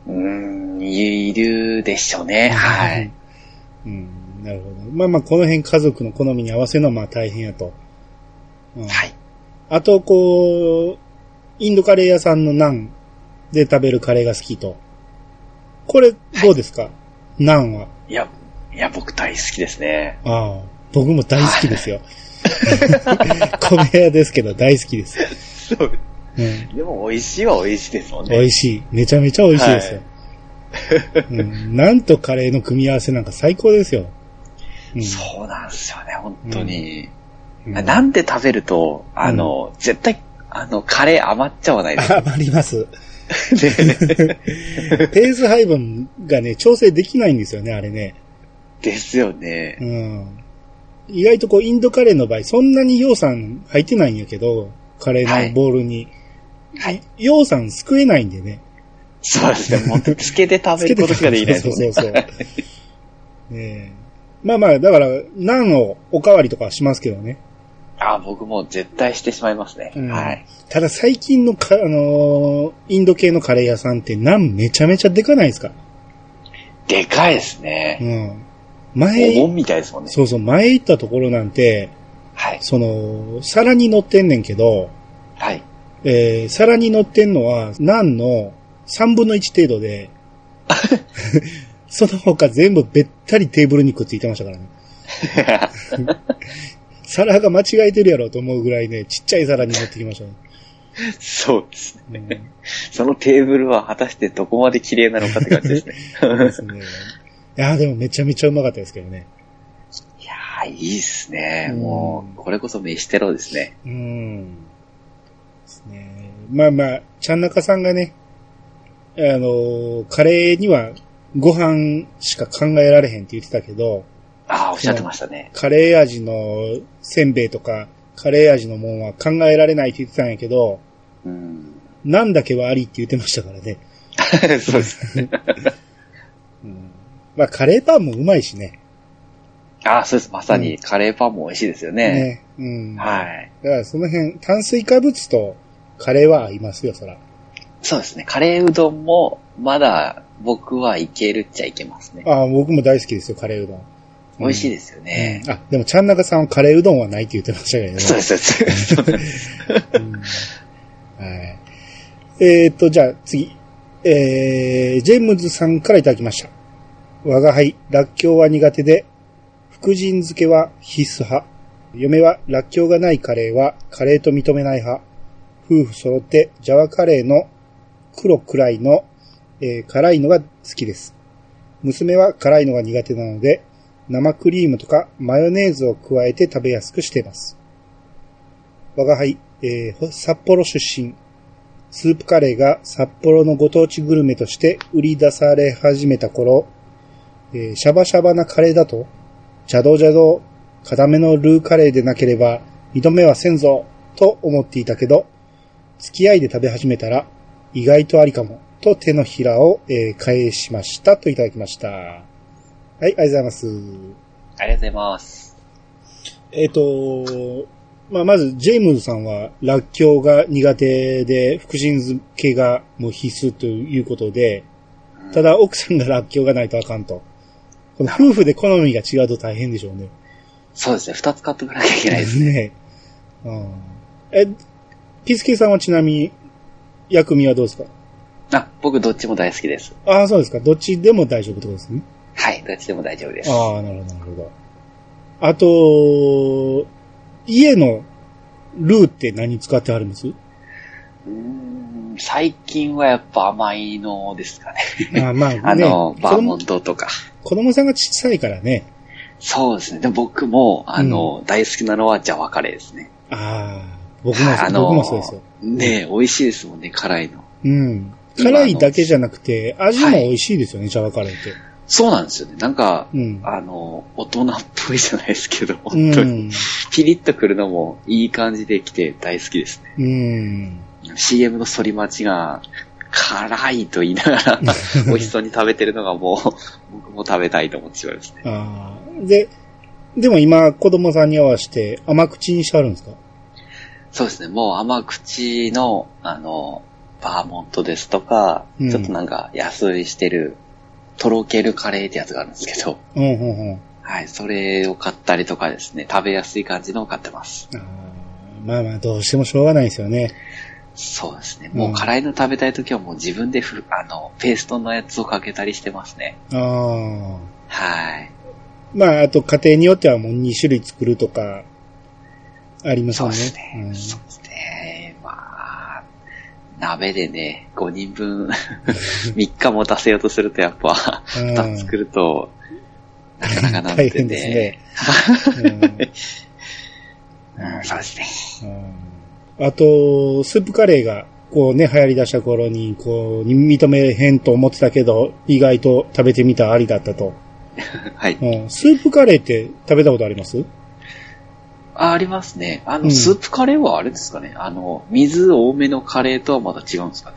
うーん、いるでしょうね。はい。。
うん、なるほど。まあまあ、この辺家族の好みに合わせるのはまあ大変やと。うん
はい。
あと、こう、インドカレー屋さんのナンで食べるカレーが好きと。これ、どうですか、ナンは。
いや、いや、僕大好きですね。
あ あ、僕も大好きですよ。米屋ですけど大好きです。
そう。
うん。
でも美味しいは美味しいですもんね。
美味しい。めちゃめちゃ美味しいですよ。うん、なんとカレーの組み合わせなんか最高ですよ。うん、
そうなんですよね、本当に。
うん
なんで食べると、あの、絶対、あの、カレー余っちゃわないです
あ、あります。
よね。
ペース配分がね、調整できないんですよね、あれね。
ですよね。
うん。意外とこう、インドカレーの場合、そんなに洋酸入ってないんやけど、カレーのボールに。
はい。
洋酸すくえないんでね。
そうですね。もう、つけて食べることしかできないです
そう
よね。
そうそう。ね えまあまあ、だから、ナンをおかわりとかはしますけどね。
あ、僕もう絶対してしまいますね。
うん
はい。
ただ最近のか、あのーインド系のカレー屋さんってナンめちゃめちゃでかないですか
でかいです
う
ね。
ん。
お
前、
盆みたいですもんね。
そうそう、前行ったところなんて、
はい。
その、皿に乗ってんねんけど、
はい。
えー、皿に乗ってんのは、ナンの3分の1程度で、その他全部べったりテーブルにくっついてましたからね。皿が間違えてるやろうと思うぐらいね、ちっちゃい皿に乗ってきましたね。
そうですね。
うん
そのテーブルは果たしてどこまで綺麗なのかって感じで すね。
ですね。いやーでもめちゃめちゃうまかったですけどね。
いやー、いいっすね。
うん
もう、これこそ飯テロですね。
うん。ですね。まあまあ、ちゃんなかさんがね、あのーカレーにはご飯しか考えられへんって言ってたけど、
ああ、おっしゃってましたね。
カレー味のせんべいとか、カレー味のもんは考えられないって言ってたんやけど、
うん。
なんだけはありって言ってましたからね。
そうです。
うん、まあ、カレーパンもうまいしね。
ああ、そうです。まさに、カレーパンも美味しいですよね。
ね。うん。
はい。
だからその辺、炭水化物とカレーは合いますよ、そら。
そうですね。カレーうどんも、まだ、僕はいけるっちゃいけますね。
ああ、僕も大好きですよ、カレーうどん。
美味しい
で
ですよね。
あ、でも、ちゃんなかさんはカレーうどんはないって言ってましたけどね。
そうです、そうです。そうです
うんはい。えーっと、じゃあ次。えー、ジェームズさんからいただきました。我が輩、らっきょうは苦手で、福神漬けは必須派。嫁は、らっきょうがないカレーはカレーと認めない派。夫婦揃って、ジャワカレーの黒くらいの、えー辛いのが好きです。娘は辛いのが苦手なので、生クリームとかマヨネーズを加えて食べやすくしています。我が輩、えーほ札幌出身。スープカレーが札幌のご当地グルメとして売り出され始めた頃、えーシャバシャバなカレーだと、邪道邪道、固めのルーカレーでなければ二度目はせんぞ、と思っていたけど、付き合いで食べ始めたら、意外とありかも、と手のひらを、えー返しました、といただきました。はい、ありがとうございます。
ありがとうございます。
えっ、と、まあ、まず、ジェームズさんは、らっきょうが苦手で、福神漬けがもう必須ということで、ただ、奥さんがらっきょうがないとあかんと。この夫婦で好みが違うと大変でしょうね。
そうですね。二つ買っておかなきゃいけないです。
ねえ。 うんえ、ピスケさんはちなみに、薬味はどうですか
あ、僕どっちも大好きです。
ああ、そうですか。どっちでも大丈夫ってことですね。
はい。どっちでも大丈夫です。
ああ、なるほど、なるほど。あと、家のルーって何使ってあります
うーん最近はやっぱ甘いのですかね。
あまあね、
あの、
子
バーモ
供
ントとか。
子供さんが小さいからね。
そうですね。でも僕も、あの、大好きなのはジャワカレーですね。
ああ、僕も、
あの
僕もそうですよ。
ねえ、美味しいですもんね、辛いの。
うん。
今
辛いだけじゃなくて、味も美味しいですよね、ジャワカレーって。
そうなんですよね。なんか、
うん。
あの、大人っぽいじゃないですけど、
う
本当に。
ん。
ピリッとくるのもいい感じで来て大好きですね。
うん。
CM の反り待ちが、辛いと言いなが ら、美味しそうに食べてるのがもう、僕も食べたいと思ってしまいますね。
ああ。で、でも今、子供さんに合わせて甘口にしてあるんですか
そうですね。もう甘口の、あの、バーモントですとか、
うん
ちょっとなんか安売りしてる、とろけるカレーってやつがあるんですけど、
うん、うん、うん。
はい、それを買ったりとかですね、食べやすい感じのを買ってます。
あーまあまあ、どうしてもしょうがないですよね。
そうですね。
うん
もう辛いの食べたい時はもう自分でふ、あの、ペーストのやつをかけたりしてますね。
ああ。
はい。
まあ、あと、家庭によってはもう2種類作るとか、あります
そ
よ
う
ね。
ですね。
うん
そうですね。ま鍋でね、5人分、3日持たせようとするとやっぱ、
うん
2つ作ると、なかなかなん
大
て
変で
ね。
すね。う
うん、そうですね。
んうんあと、スープカレーが、こうね、流行り出した頃に、こう、認めへんと思ってたけど、意外と食べてみたらありだったと。
はい。
うん、スープカレーって食べたことあります
あ、ありますね。あの、
うん
スープカレーはあれですかね。あの、水多めのカレーとはまた違うんですかね。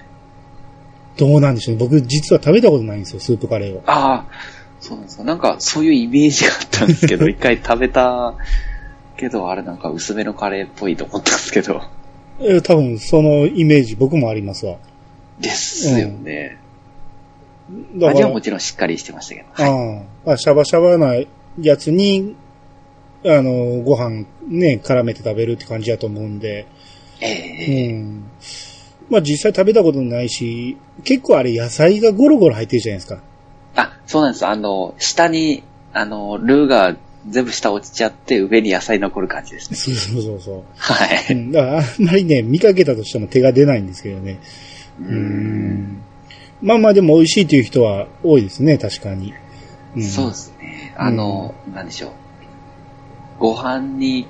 どうなんでしょうね。僕、実は食べたことないんですよ、スープカレーを。
ああ、そうなんですか。なんか、そういうイメージがあったんです けど、一回食べたけど、あれなんか薄めのカレーっぽいと思ったんですけど。
え多分、そのイメージ僕もありますわ。
ですよね。
だか
味
ら
は、もちろんしっかりしてましたけど。はい。
ああ、シャバシャバなやつに、あの、ご飯ね、絡めて食べるって感じだと思うんで、
え
う
え
ん。まあ実際食べたことないし、結構あれ野菜がゴロゴロ入ってるじゃないですか。
あ、そうなんです。あの、下に、あの、ルーが全部下落ちちゃって、上に野菜残る感じですね。
そうそうそうそう。
は
う
い。
ん、だからあんまりね、見かけたとしても手が出ないんですけどね。う
う。
んん。まあまあでも美味しいという人は多いですね、確かに。ん
そうですね。あの、なんでしょう。ご飯に、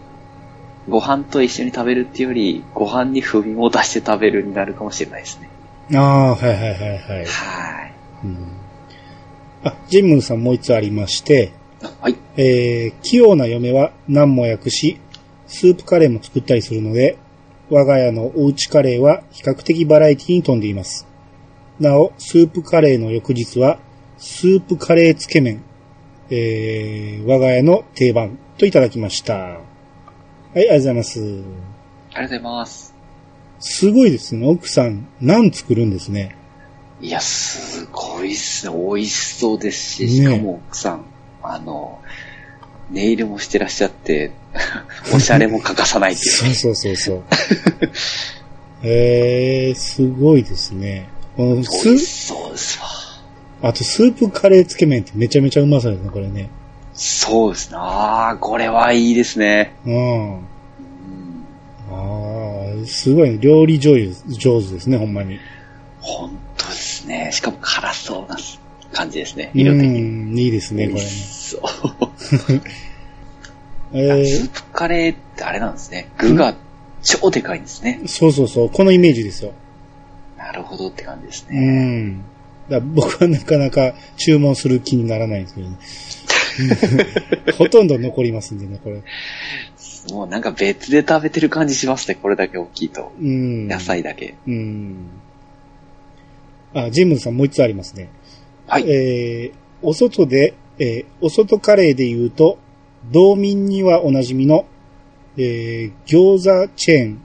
ご飯と一緒に食べるっていうより、ご飯に風味も出して食べるになるかもしれないですね。
ああー、はいはいはいはい。
はい。
うん、あ、ジムさんもう一つありまして、
あはい。
えー、器用な嫁は何も訳し、スープカレーも作ったりするので、我が家のおうちカレーは比較的バラエティに富んでいます。なお、スープカレーの翌日は、スープカレーつけ麺、えー、我が家の定番といただきました。はい、ありがとうございます。
ありがとうございます。
すごいですね。奥さん、何作るんですね。
いや、すごいっすね。美味しそうですし、
ね
しかも奥さん、あの、ネイルもしてらっしゃって、 おしゃれも欠かさな いっていう
そうそうそうそう。えー、すごいですね。この。
美味
ス
しそうですわ。
あとスープカレーつけ麺ってめちゃめちゃうまそうですね、これね。
そうですね。ああ、これはいいですね。
うん。
うん
ああ、すごいね。料理上手上手ですね、ほんまに。
本当ですね。しかも辛そうな感じですね。
う
色的に。
ん、いいですね、こ
美
れ
味
ね。
しそう。
え
スープカレーってあれなんですね。具が超でかいんですね。
ー、そうそうそう、このイメージですよ。
なるほどって感じです
う
ね。
ん。だから僕はなかなか注文する気にならないんですけどね。 ほとんど残りますんでね、これ。
もうなんか別で食べてる感じしますね。これだけ大きいと。
うん。
野菜だけ。
うん。あ、ジムズさんもう一つありますね。
はい。
えーお外で、えーお外カレーで言うと、道民にはおなじみの、えー餃子チェーン、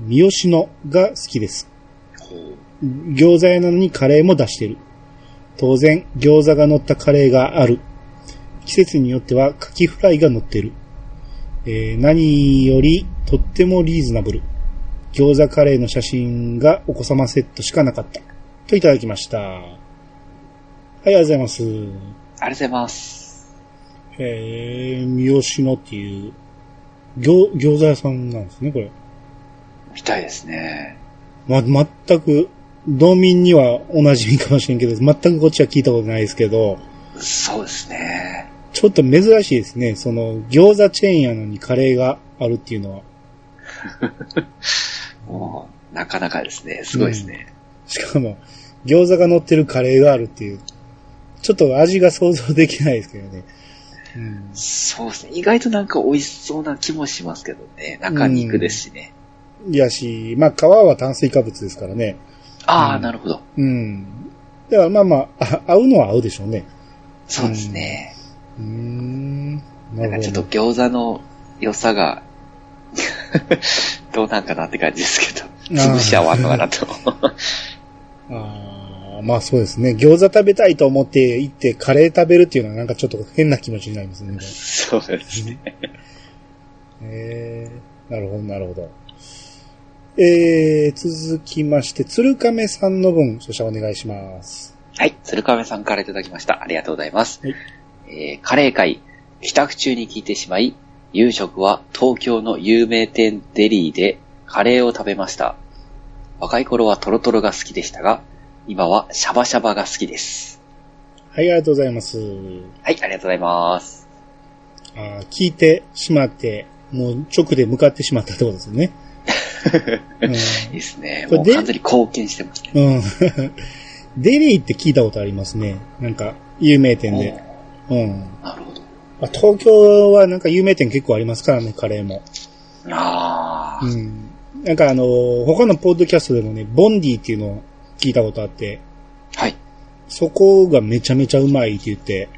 三好野が好きです。
ほう
餃子屋なのにカレーも出してる。当然、餃子が乗ったカレーがある。季節によってはカキフライが乗ってる。えー何よりとってもリーズナブル。餃子カレーの写真がお子様セットしかなかった。といただきました。はい、ありがとうございます。
ありがとうございます。
えー、三好野っていう、餃餃子屋さんなんですね、これ。
みたいですね。
ま、全く、道民にはお馴染みかもしれんけど、全くこっちは聞いたことないですけど、
そうですね。
ちょっと珍しいですね。その、餃子チェーンやのにカレーがあるっていうのは。
もう、なかなかですね。すごいですね。
しかも、餃子が乗ってるカレーがあるっていう。ちょっと味が想像できないですけどね。うん、
そうですね。意外となんか美味しそうな気もしますけどね。中肉ですしね。
いやし、まあ、皮は炭水化物ですからね。
ああ、
うん
なるほど。
うん。だからまあまああ、合うのは合うでしょうね。
そうですね。
うーん。な
なんかちょっと餃子の良さが、 どうなんかなって感じですけど、
あー
潰し合わんのかなと。
あーまあそうですね。餃子食べたいと思って行ってカレー食べるっていうのはなんかちょっと変な気持ちになりますね。
そうですね。
えー、なるほど、なるほど。えー、続きまして、鶴亀さんの分、そしたらお願いします。
はい、鶴亀さんからいただきました。ありがとうございます。
はい
えーカレー会、帰宅中に聞いてしまい、夕食は東京の有名店デリーでカレーを食べました。若い頃はトロトロが好きでしたが、今はシャバシャバが好きです。
はい、ありがとうございます。
はい、ありがとうございます。
あー聞いてしまって、もう直で向かってしまったってことですよね。うん
いいですね。
これ
もう
で
完全に貢献してますね。
うん。 デリーって聞いたことありますね。なんか、有名店で。
お
うん。
ーなるほど。
まあ、東京はなんか有名店結構ありますからね、カレーも。
あ
う
ー
ん。なんかあのー他のポッドキャストでもね、ボンディっていうのを聞いたことあって、
はい。
そこがめちゃめちゃうまいって言って、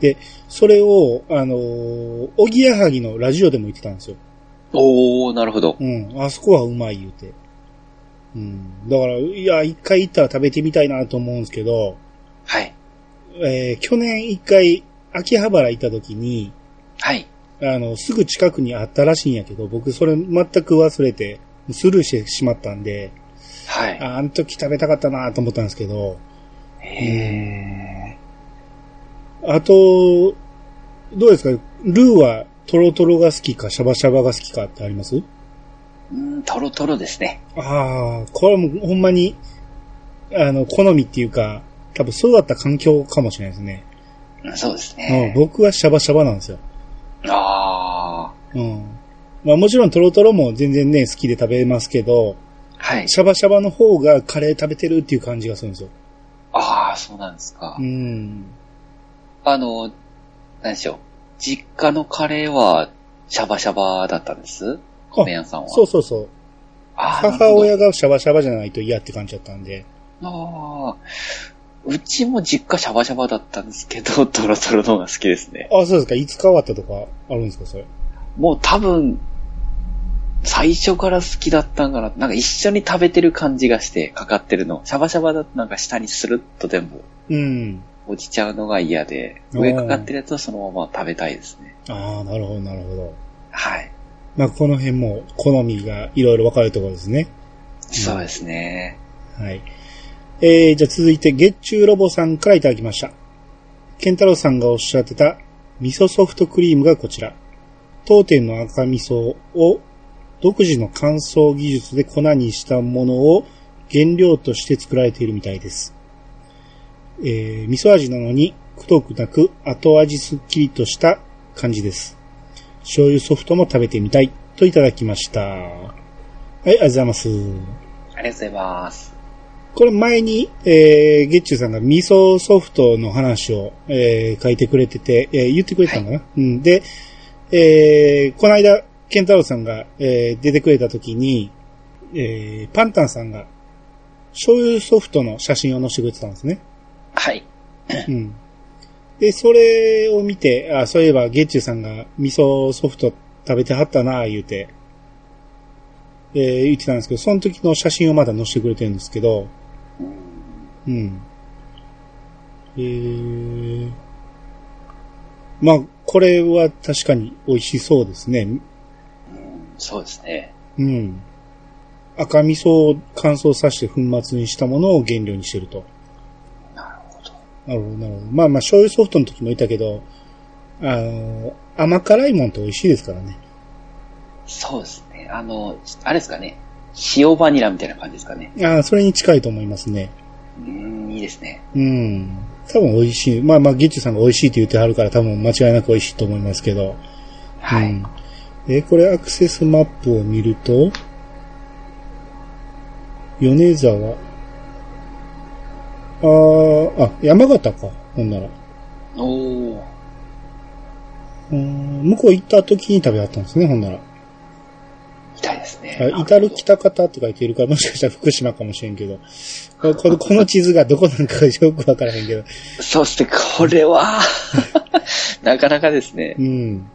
で、それを、あのー、おぎやはぎのラジオでも言ってたんですよ。
おー、なるほど。
うん、あそこはうまい言うて。うん。だから、いや、一回行ったら食べてみたいなと思うんですけど、
はい。
えー去年一回、秋葉原行った時に、
はい。
あの、すぐ近くにあったらしいんやけど、僕それ全く忘れて、スルーしてしまったんで、
はい。
ああの時食べたかったなと思ったんですけど、
へ
あと、どうですかルーはトロトロが好きか、シャバシャバが好きかってあります
ー。うん、トロトロですね。
ああ、これはもうほんまに、あの、好みっていうか、多分そうだった環境かもしれないですね。
うんそうです
うん、
ね。
僕はシャバシャバなんですよ。
あ
うん。まあもちろんトロトロも全然ね、好きで食べますけど、
ー。はい。
シャバシャバの方がカレー食べてるっていう感じがするんですよ。
あー、そうなんですか
う。ん。
あの、何でしょう。実家のカレーは、シャバシャバだったんです米屋さんは。
そうそうそう。
あー
母親がシャバシャバじゃないと嫌って感じだったんで。
なるほどあーうちも実家シャバシャバだったんですけど、 トロトロの方が好きですね。
あ、そうですか。いつ変わったとかあるんですか、それ。
もう多分、最初から好きだったんかな。なんか一緒に食べてる感じがして、かかってるの。シャバシャバだとなんか下にスルッと全部
うん。
落ちちゃうのが嫌で、
おー
上かかってるやつはそのまま食べたいですね。
ああ、なるほど、なるほど。
はい。
まあこの辺も好みがいろいろ分かれるところですね。
そうですね。
はい。えー、じゃあ続いて、月中ロボさんからいただきました。ケンタロウさんがおっしゃってた、味噌ソフトクリームがこちら。当店の赤味噌を独自の乾燥技術で粉にしたものを原料として作られているみたいです。えー、味噌味なのに、くどくなく後味すっきりとした感じです。醤油ソフトも食べてみたいといただきました。はい、ありがとうございます。
ありがとうございます。
これ前に、えー、ゲッチュさんが味噌ソフトの話を、えー書いてくれてて、えー言ってくれたのかな、うん。で、えーこの間、ケンタロウさんが、えー出てくれた時に、えーパンタンさんが、醤油ソフトの写真を載せてくれてたんですね。
はい。
うん。で、それを見て、あ、そういえば、ゲッチュさんが味噌ソフト食べてはったな、言うて、えー言ってたんですけど、その時の写真をまだ載せてくれてるんですけど、
うん
うん。えー、まあ、これは確かに美味しそうですね。
うんそうですね。
うん。赤味噌を乾燥させて粉末にしたものを原料にしてると。
なるほど。
なるほど、なるほど。まあまあ、醤油ソフトの時も言ったけど、あの、甘辛いもんって美味しいですからね。
そうですね。あの、あれですかね。塩バニラみたいな感じですかね。
ああ、それに近いと思いますね。
うーん、いいですね。
うん。多分美味しい。まあまあ、ゲッチュさんが美味しいって言ってはるから多分間違いなく美味しいと思いますけど。
はい。
うんえーこれアクセスマップを見ると、米沢、あーあ、山形か、ほんなら。う
おー。
ーん向こう行った時に食べはったんですね、ほんなら。
痛いですね。
あ至る北方って書いてるから、もしかしたら福島かもしれんけど。これこれこの地図がどこなんかよくわからへんけど。
そうして、これは、なかなかですね
う。ん。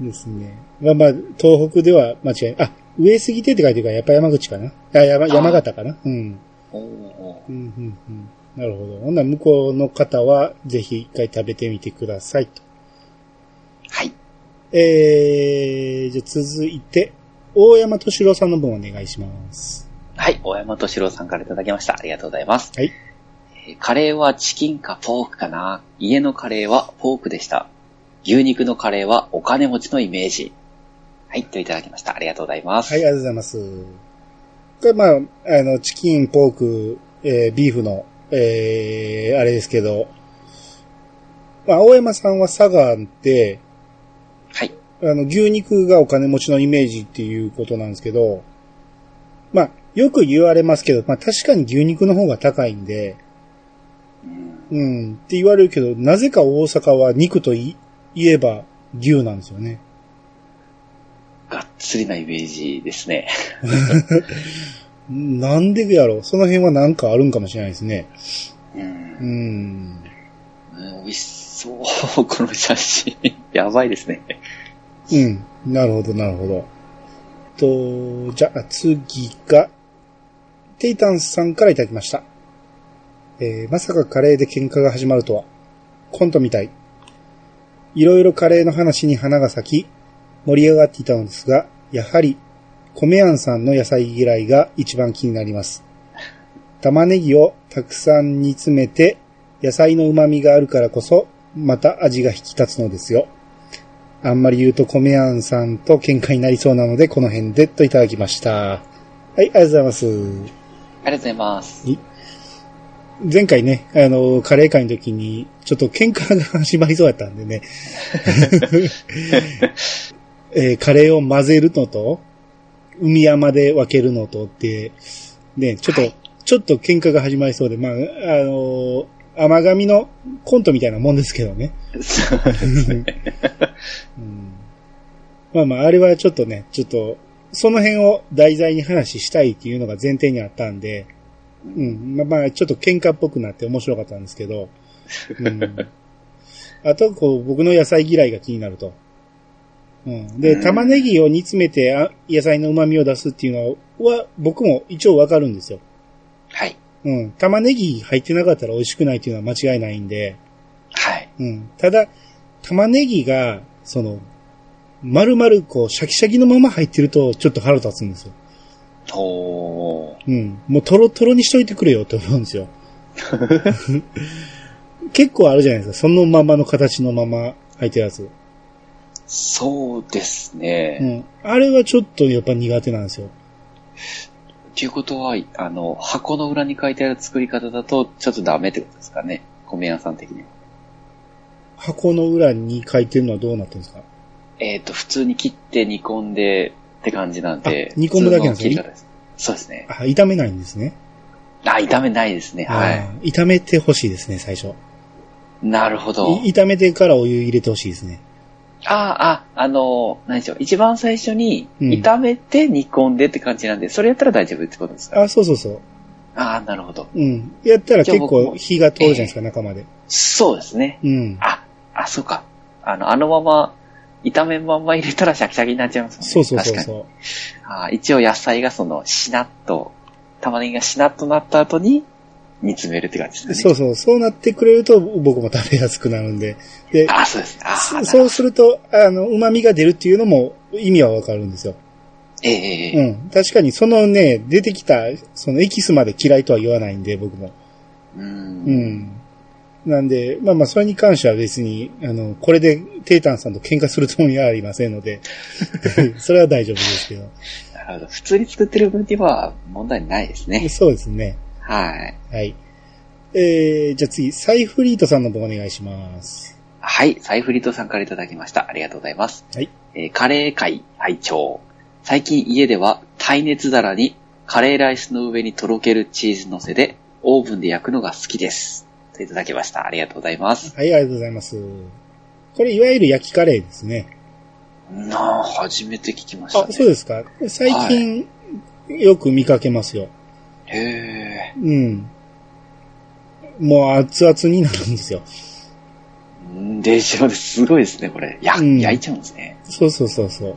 ですね。まあまあ、東北では間違いない。あ、上杉亭って書いてるから、やっぱ山口かな。あ山山形かな。うん。
おー
うんうんうん。なるほど。ほんなら向こうの方は、ぜひ一回食べてみてくださいと。
はい。
えー、じゃあ続いて、大山敏郎さんの分お願いします。
はい。大山敏郎さんからいただきました。ありがとうございます。
はい。
えーカレーはチキンかポークかな。家のカレーはポークでした。牛肉のカレーはお金持ちのイメージ。はい。といただきました。ありがとうございます。
はい、ありがとうございます。これまあ、あの、チキン、ポーク、えービーフの、えーあれですけど、まあ、青山さんは佐賀って、
はい。
あの、牛肉がお金持ちのイメージっていうことなんですけど、まあ、よく言われますけど、まあ確かに牛肉の方が高いんで、
うん
うん、って言われるけど、なぜか大阪は肉とい言えば牛なんですよね。
がっつりなイメージですね。
なんでやろうその辺はなんかあるんかもしれないですね。
う。
うんん。
うん美味しそう。この写真。やばいですね。
うん。なるほど、なるほど。と、じゃあ次が、テイタンさんからいただきました。えーまさかカレーで喧嘩が始まるとは。コントみたい。いろいろカレーの話に花が咲き、盛り上がっていたのですが、やはり、米庵さんの野菜嫌いが一番気になります。玉ねぎをたくさん煮詰めて、野菜の旨味があるからこそ、また味が引き立つのですよ。あんまり言うと米庵さんと喧嘩になりそうなので、この辺でといただきました。はい、ありがとうございます。
ありがとうございます。
前回ね、あの、カレー会の時に、ちょっと喧嘩が始まりそうやったんでね。 えーカレーを混ぜるのと、海山で分けるのとって、ね、ちょっと、ちょっと喧嘩が始まりそうで、まあ、あの、甘神のコントみたいなもんですけどね。
そうですね。
うんまあまあ、あれはちょっとね、ちょっと、その辺を題材に話したいっていうのが前提にあったんで、うん、まあまあ、ちょっと喧嘩っぽくなって面白かったんですけど、 うん、あと、こう、僕の野菜嫌いが気になると。うん、で、
うん
玉ねぎを煮詰めてあ野菜の旨味を出すっていうのは、僕も一応わかるんですよ。
はい。
うん、玉ねぎ入ってなかったら美味しくないっていうのは間違いないんで、
はい。
うん。ただ、玉ねぎが、その、丸々こう、シャキシャキのまま入ってると、ちょっと腹立つんですよ。
おー。
うん。もうトロトロにしといてくれよと思うん ですよ。結構あるじゃないですか。そのままの形のまま入ってるやつ。
そうです
う
ね。
ん。あれはちょっとやっぱ苦手なんですよ。
ということは、あの、箱の裏に書いてある作り方だと、ちょっとダメってことですかね。米屋さん的には。
箱の裏に書いてるのはどうなってるんですか
えっ、と、普通に切って煮込んでって感じなんで。
あ煮込むだけなんですね
普通の切り方ですそうですね。
あ、炒めないんですね。
あ、炒めないですね。は
あ
い。
ー。炒めてほしいですね、最初。
なるほど。
い炒めてからお湯入れてほしいですね。
ああ、あ、あの、何でしょう。一番最初に、
うん
炒めて煮込んでって感じなんで、それやったら大丈夫ってことですか
あ、そうそうそう。
ああ、なるほど。
うん。やったら結
じゃあ僕
構
も
火が通るじゃないですか、中まで。
そうですね。
うん。
あ、あ、そうか。あの、あのまま、炒めんまんま入れたらシャキシャキになっちゃいますもんね。
そうそうそう
確かに
そ
あー一応野菜がその、しなっと、玉ねぎがしなっとなった後に、煮詰めるって感じ
う。
です
そ
ね。
うそう。そうなってくれると僕も食べやすくなるんで。で、
あーそうですね。あー
そ
なるほど
そうすると、あの、旨味が出るっていうのも意味はわかるんですよ。
ええええ
う
ええ
ん。確かにそのね、出てきた、そのエキスまで嫌いとは言わないんで、僕も。
う。
うんん。なんで、まあまあ、それに関しては別に、あの、これでテイタンさんと喧嘩するつもりはありませんので、 それは大丈夫ですけど。
なるほど。普通に作ってる分には問題ないですね。
そうですね。
はい。
はい。えー、じゃあ次、サイフリートさんの方お願いします。
はい、サイフリットさんからいただきました。ありがとうございます。
はい。
えーカレー会拝聴最近家では耐熱皿にカレーライスの上にとろけるチーズ乗せでオーブンで焼くのが好きです。といただきました。ありがとうございます。
はい、ありがとうございます。これ、いわゆる焼きカレーですね。
なあ、初めて聞きました、ね
あ、。そうですか。最近、よく見かけますよ。
へえ。
うん。もう熱々になるんですよ。
うんでしょうね。すごいですね、これ。や、
うん
焼いちゃうんですね。
そうそうそうそう。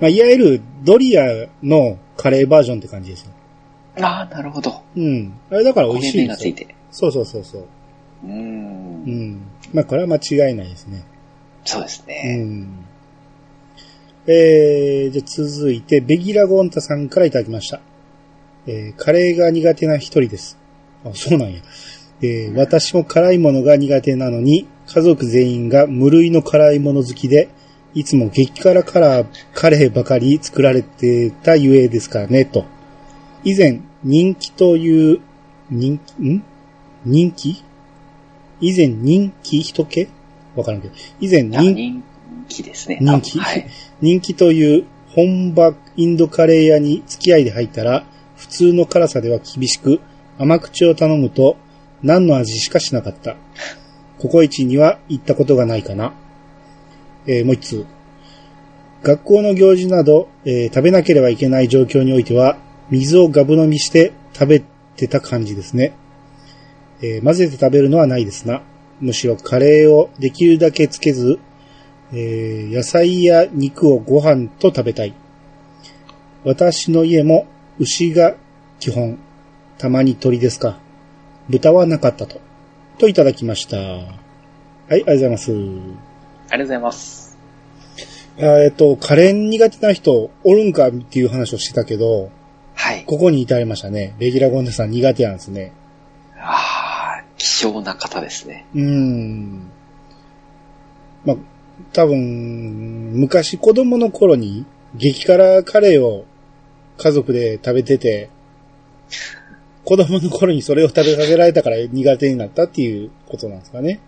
まあ、いわゆるドリアのカレーバージョンって感じですよ。
ああ、なるほど。
うん。あれだから美味し
焦げ
い
目が
で
つ
すよ
い。て。
そうそうそうそう。
う。
うんん。まあ、これは間違いないですね。
そうです
う
ね。
ん。えー、じゃあ続いて、ベギラゴンタさんからいただきました。えー、カレーが苦手な一人です。あ、そうなんや。えー、私も辛いものが苦手なのに、家族全員が無類の辛いもの好きで、いつも激辛カラーカレーばかり作られてたゆえですからね、と。以前、人気という、人気、ん人気以前人気人気わからんけど。以前
いや
人
人気ですね。
人気
あはい。
人気という本場インドカレー屋に付き合いで入ったら、普通の辛さでは厳しく、甘口を頼むと、何の味しかしなかった。ココイチには行ったことがないかな。えーもう一通。学校の行事など、えー食べなければいけない状況においては、水をガブ飲みして食べてた感じですね。えー混ぜて食べるのはないですな。むしろカレーをできるだけつけず、えー野菜や肉をご飯と食べたい。私の家も牛が基本、たまに鳥ですか。豚はなかったと。といただきました。はい、ありがとうございます。
ありがとうございます。
あーえっと、カレー苦手な人おるんかっていう話をしてたけど、
はい。
ここに至りましたね。レギュラーゴンダさん苦手なんですね。
ああ、希少な方ですね。
うーん。まあ、多分、昔子供の頃に激辛カレーを家族で食べてて、子供の頃にそれを食べさせられたから苦手になったっていうことなんですかね。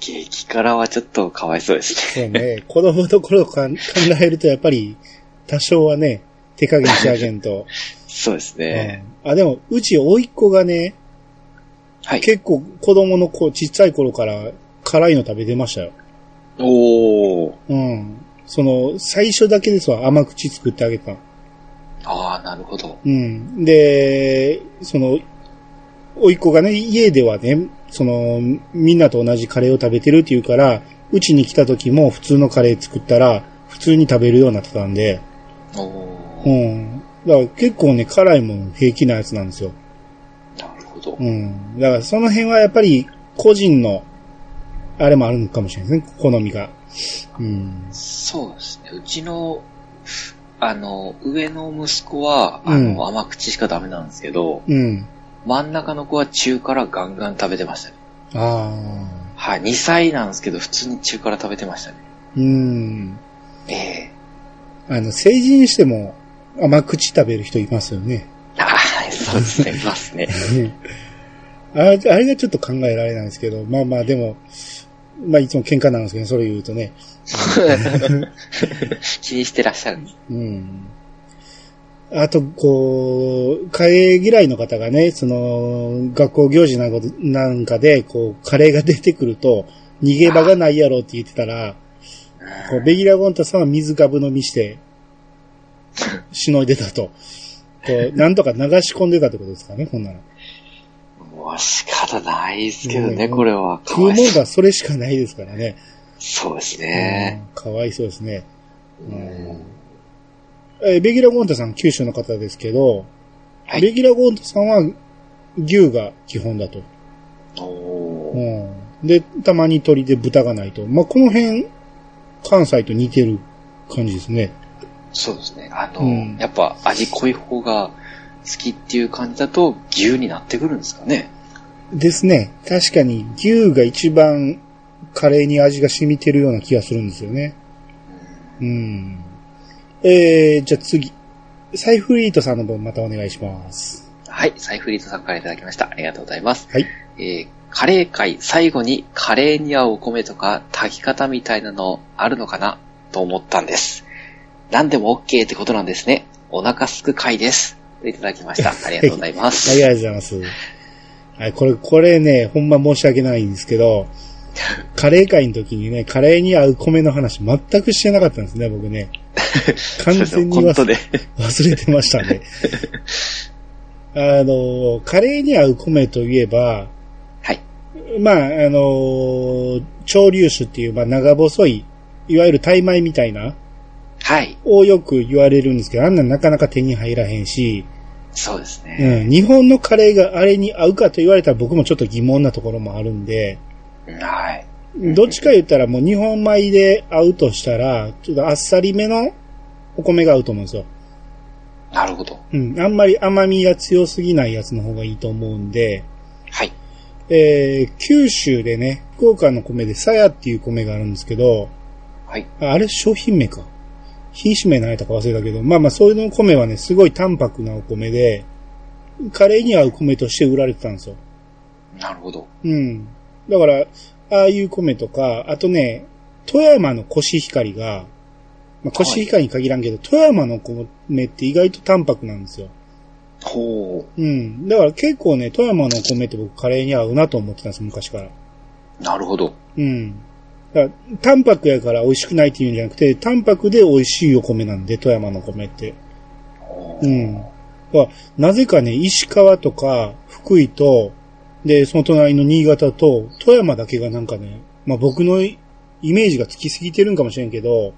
激辛はちょっとかわいそうですね。
そうね。子供の頃かん考えるとやっぱり多少はね、手加減してあげんと。
そうですね。
うんあ、でも、うち甥っ子がね、
はい。
結構子供の子、ちっちゃい頃から辛いの食べてましたよ。
おー。
うん。その、最初だけですわ、甘口作ってあげた。
ああ、なるほど。
うん。で、その、甥いっ子がね、家ではね、その、みんなと同じカレーを食べてるっていうから、うちに来た時も普通のカレー作ったら、普通に食べるようになってたんで、
お
う
お、
ん。だから結構ね、辛いもん平気なやつなんですよ。
なるほど。
うん。だからその辺はやっぱり、個人の、あれもあるのかもしれないですね、好みが。うん。
そうですね。うちの、あの、上の息子は、あ
うん
の、甘口しかダメなんですけど、
うん。
真ん中の子は中辛ガンガン食べてましたね。
ああ。
はい、2歳なんですけど、普通に中辛食べてましたね。
うん。
ええ
あの、成人しても甘口食べる人いますよね。
はい、そうですね、いま すね。
あれあれがちょっと考えられないですけど、まあまあでも、まあいつも喧嘩なんですけど、それ言うとね。
気にしてらっしゃるんです。
うん。あと、こう、カレー嫌いの方がね、その、学校行事なんかなんかで、こう、カレーが出てくると、逃げ場がないやろって言ってたら、こうベギラ・ゴンタさんは水かぶ飲みして、しのいでたと。こう、なんとか流し込んでたってことですかね、こんなの。
もう仕方ないですけどね、
うん
これは。か
食うも
わ
ん
いそう。
がそれしかないですからね。
そうですね。
うんかわいそうですね。うん
うん
えーベギラ・ゴンタさん、九州の方ですけど、
はい
ベギラ・ゴンタさんは牛が基本だと。
お
う
ー
ん、で、たまに鳥で豚がないと。まあ、この辺、関西と似てる感じですね。
そうですね。あの、
うん
やっぱ味濃い方が好きっていう感じだと牛になってくるんですかね。
ですね。確かに牛が一番カレーに味が染みてるような気がするんですよね。うん。えー、じゃあ次。サイフリートさんの分またお願いします。
はい、サイフリートさんからいただきました。ありがとうございます。
はい。
えーカレー会最後にカレーに合うお米とか炊き方みたいなのあるのかなと思ったんです。何でも OK ってことなんですね。お腹すく会です。といただきました。ありがとうございま
あり
す。
がと うございます。はい、これ、これね、ほんま申し訳ないんですけど、カレー会の時にね、カレーに合う米の話全くしてなかったんですね、僕 ね。完全に
そうです
忘
よ本当で。
忘れてましたね。あの、カレーに合う米といえば、
はい。
まあ、あの、潮流酒っていう、まあ、長細い、いわゆるタイ米みたいな、
はい。
をよく言われるんですけど、あんなんなかなか手に入らへんし、
そうですね。
うん、日本のカレーがあれに合うかと言われたら僕もちょっと疑問なところもあるんで、
はい。
どっちか言ったらもう日本米で合うとしたら、ちょっとあっさりめのお米が合うと思うんですよ。
なるほど。
うん、あんまり甘みが強すぎないやつの方がいいと思うんで、
はい。
えー、九州でね、福岡の米でさやっていう米があるんですけど、
はい。
ああれ商品名か。品種名何やったか忘れたけど、まあまあそういうの米はね、すごい淡白なお米で、カレーに合う米として売られてたんですよ。
なるほど。
うん。だから、ああいう米とか、あとね、富山のコシヒカリが、まあ、コシヒカリに限らんけど、富山の米って意外と淡白なんですよ。
ほう。
うん。だから結構ね、富山のお米って僕カレーに合うなと思ってたんです、昔から。
なるほど。
うん。だから、淡白やから美味しくないっていうんじゃなくて、淡白で美味しいお米なんで、富山のお米って。
ほ
う。
うん
は、なぜかね、石川とか、福井と、で、その隣の新潟と、富山だけがなんかね、まあ僕のイメージがつきすぎてるんかもしれんけど、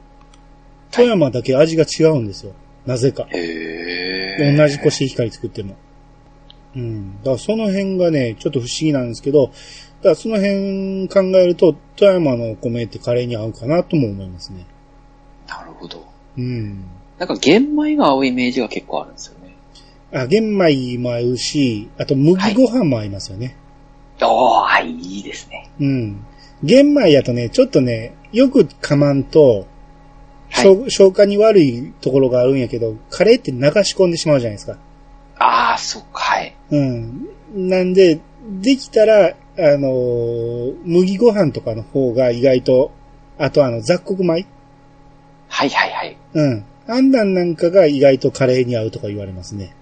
富山だけ味が違うんですよ。なぜか。
へえ。
同じコ。シヒカリ作っても。うん。だからその辺がね、ちょっと不思議なんですけど、だからその辺考えると、富山のお米ってカレーに合うかなとも思いますね。
なるほど。
うん。
なんか玄米が合うイメージが結構あるんですよね。
あ、玄米も合うし、あと麦ご飯も合いますよね。
おー、はい、いいですね。
うん。玄米やとね、ちょっとね、よく噛まんと、
はい
消消化に悪いところがあるんやけど、カレーって流し込んでしまうじゃないですか。
あー、そっか、はい。
うん。なんで、できたら、あのー麦ご飯とかの方が意外と、あとあの、雑穀米
はいはいはい。
うん。あんなんなんかが意外とカレーに合うとか言われますね。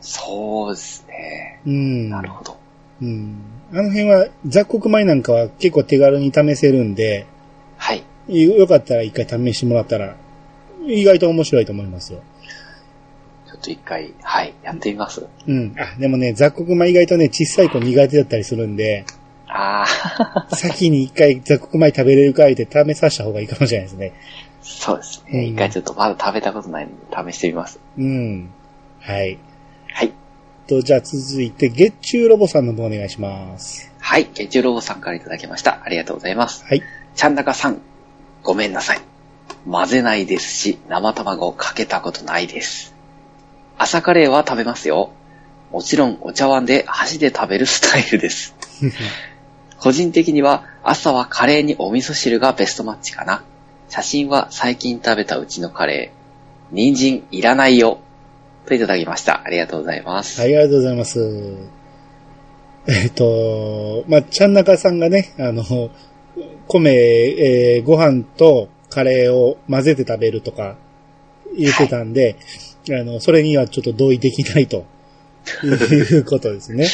そうですね。
うん。
なるほど。
うん。あの辺は、雑穀米なんかは結構手軽に試せるんで、
はい。
よかったら一回試してもらったら、意外と面白いと思いますよ。
ちょっと一回、はい、やってみます。
うん。あ、でもね、雑穀米意外とね、小さい子苦手だったりするん で、
あー、
先に一回雑穀米食べれるか言って試させた方がいいかもしれないですね。
そうです
うん
ね。一回ちょっとまだ食べたことないので試してみます。
うん。はい。
はい。
と、じゃあ続いて、月中ロボさんの方お願いします。
はい。月中ロボさんからいただきました。ありがとうございます。
はい。
ちゃんだかさん、ごめんなさい。混ぜないですし、生卵をかけたことないです。朝カレーは食べますよ。もちろんお茶碗で箸で食べるスタイルです。個人的には朝はカレーにお味噌汁がベストマッチかな。写真は最近食べたうちのカレー。人参いらないよ。といただきました。ありがとうございます。
ありがとうございます。えっと、まあ、ちゃんなかさんがね、あの、米、えーご飯とカレーを混ぜて食べるとか言ってたんで、あの、それにはちょっと同意できないということですね。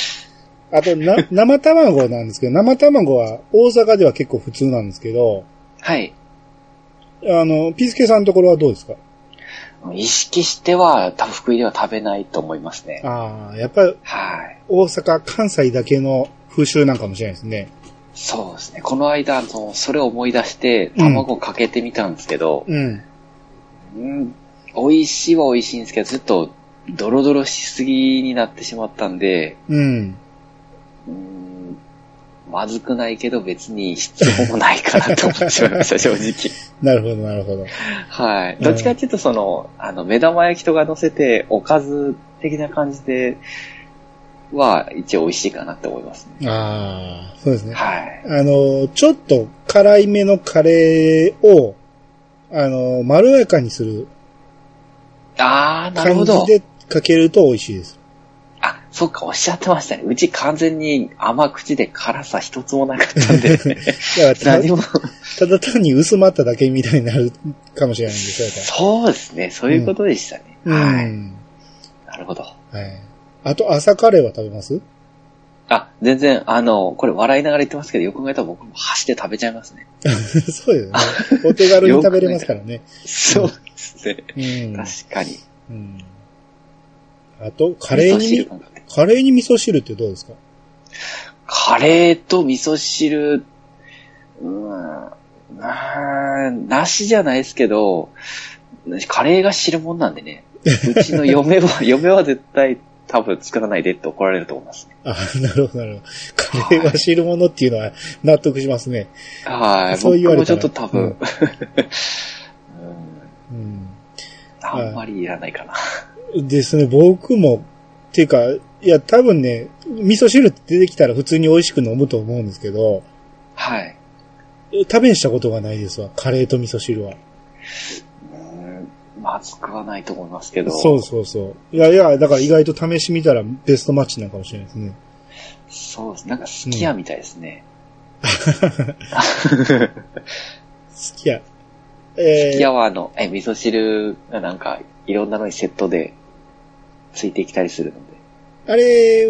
あと、な、生卵なんですけど、生卵は大阪では結構普通なんですけど、
はい。
あの、ピスケさんのところはどうですか
意識しては、多分福井では食べないと思いますね。
ああ、やっぱり
はい。
大阪、関西だけの風習なんかもしれないですね。
そうですね。この間、あの、それを思い出して、
うん
卵をかけてみたんですけど、
うん。
うん、美味しいは美味しいんですけど、ずっと、ドロドロしすぎになってしまったんで、
うん。
うん、まずくないけど別に必要もないかなと思ってしまい ました、正直。
なるほど、なるほど。
はい。どっちかっていうと、その、あの、目玉焼きとか乗せて、おかず的な感じで、は、一応美味しいかなって思いますね。
ああ、そうですね。
はい。
あの、ちょっと辛いめのカレーを、あの、まろやかにする
あー、なる
感
ほ
じ
ど。
でかけると美味しいです。
あ、そっか、おっしゃってましたね。うち完全に甘口で辛さ一つもなかったん
だ
で、
から
何
た
も、
ただ単に薄まっただけみたいになるかもしれないんですよ、
そうですね、そういうことでしたね。
だから
は
う
い。
ん。
なるほど。
はい。あと、朝カレーは食べます
あ、全然、あの、これ笑いながら言ってますけど、よく考えたら僕も箸で食べちゃいますね。
そうですね。お手軽に食べれますからね。
そうですね。
うん
確かに。
うん。あと、カレー
味噌汁
に、
なんかね
カレーに味噌汁ってどうですか
カレーと味噌汁、うん、ななしじゃないですけど、カレーが汁物なんでね、うちの嫁 は、嫁は絶対多分作らないでって怒られると思いますね。
あ、なるほど、なるほど。カレーは汁物っていうのは納得しますね。
はい。
そう言わ
僕
れ
も
た
ち
ら
ょっと多分、
う
うんん、
うん。
あんまりいらないかな。
ですね、僕も、っていうか、いや、多分ね、味噌汁って出てきたら普通に美味しく飲むと思うんですけど、
はい。
食べにしたことがないですわ、カレーと味噌汁は。
うんまずくはないと思いますけど。
そうそうそう。いやいや、だから意外と試してみたらベストマッチなのかもしれないですね。
そうです。なんか好きやみたいですね。
好きや。えー
好きやはあの、え、味噌汁がなんか、いろんなのにセットで、ついてきたりするので。
あれ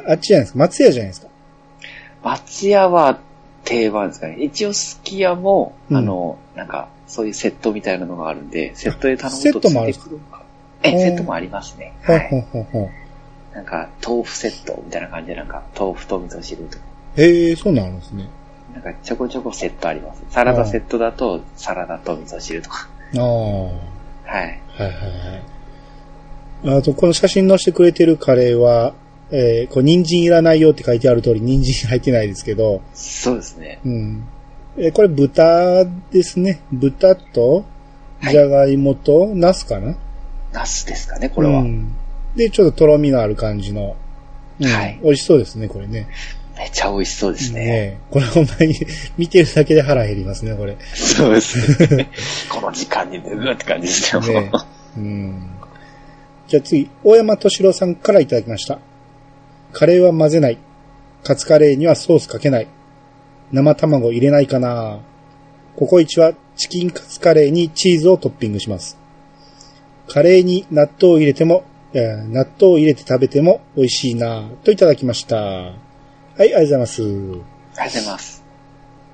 は、あっちじゃないですか。松屋じゃないですか。
松屋は定番ですかね。一応すき家も、
うん
あの、なんか、そういうセットみたいなのがあるんで、セットで頼む
セ
と
ットもあるん
つ
で
い
す
て
か
くるのか。え、
へー
セットもありますね。
ほ
は
う
い。
ほうほうほう。
なんか、豆腐セットみたいな感じで、なんか、豆腐と味噌汁とか。
へえ、そうなんあるんですね。
なんか、ちょこちょこセットあります。サラダセットだと、サラダと味噌汁とか。
ああ。は
は
い
い。
はいはい。あと、この写真載せてくれてるカレーは、えー、こう、人参いらないよって書いてある通り、人参入ってないですけど、
そうですね。
うん。えーこれ豚ですね。豚と、
はい
じゃがいもと、ナスかな
ナスですかね、これは。
うんで、ちょっととろみのある感じの。うん
はい
美味しそうですね、これね。
めっちゃ美味しそうです
え
ね。
これほんまに 見てるだけで腹減りますね、これ。
そうですね。この時間にうわって感じですよ。
ねうん。じゃあ次、大山敏郎さんからいただきました。カレーは混ぜない。カツカレーにはソースかけない。生卵入れないかなココイチはチキンカツカレーにチーズをトッピングします。カレーに納豆を入れても、えー納豆を入れて食べても美味しいなといただきました。はい、ありがとうございます。
ありがとうございます。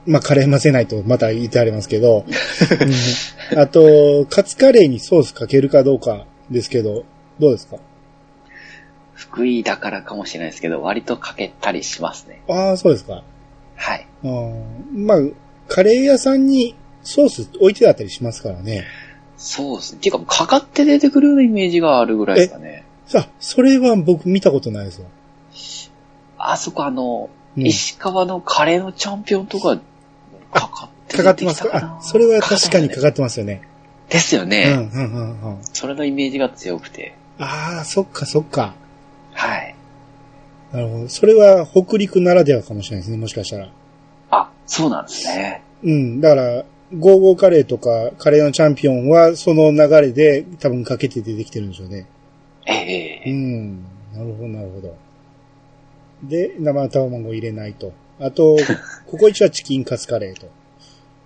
まあ、カレー混ぜないとまた言ってありますけ ど、うんあと、カツカレーにソースかけるかどうかですけど、どうですか
福井だからかもしれないですけど、割とかけたりしますね。
ああ、そうですか。
はい。
うんまあ、カレー屋さんにソース置いてあったりしますからね。
そうですね。っていうか、かかって出てくるようなイメージがあるぐらいですかね。
さ、それは僕見たことないですよ。
あそこあの、
うん
石川のカレーのチャンピオンとか、かかって
か
出
かってて
き
ま
た
す
か
か
な
あ、それは確かにか
か
かってますよね。
ですよ
う
ね、
ん、うん、うん、うん。
それのイメージが強くて。
ああ、そっか、そっか。
はい。
なるほど。それは北陸ならではかもしれないですね、もしかしたら。
あ、そうなんですね。
うん、だから、ゴーゴーカレーとか、カレーのチャンピオンは、その流れで多分かけて出てきてるんでしょうね。
え
う
え
ん、なるほど、なるほど。で、生卵を入れないと。あと、ココイチはチキンカツカレーと。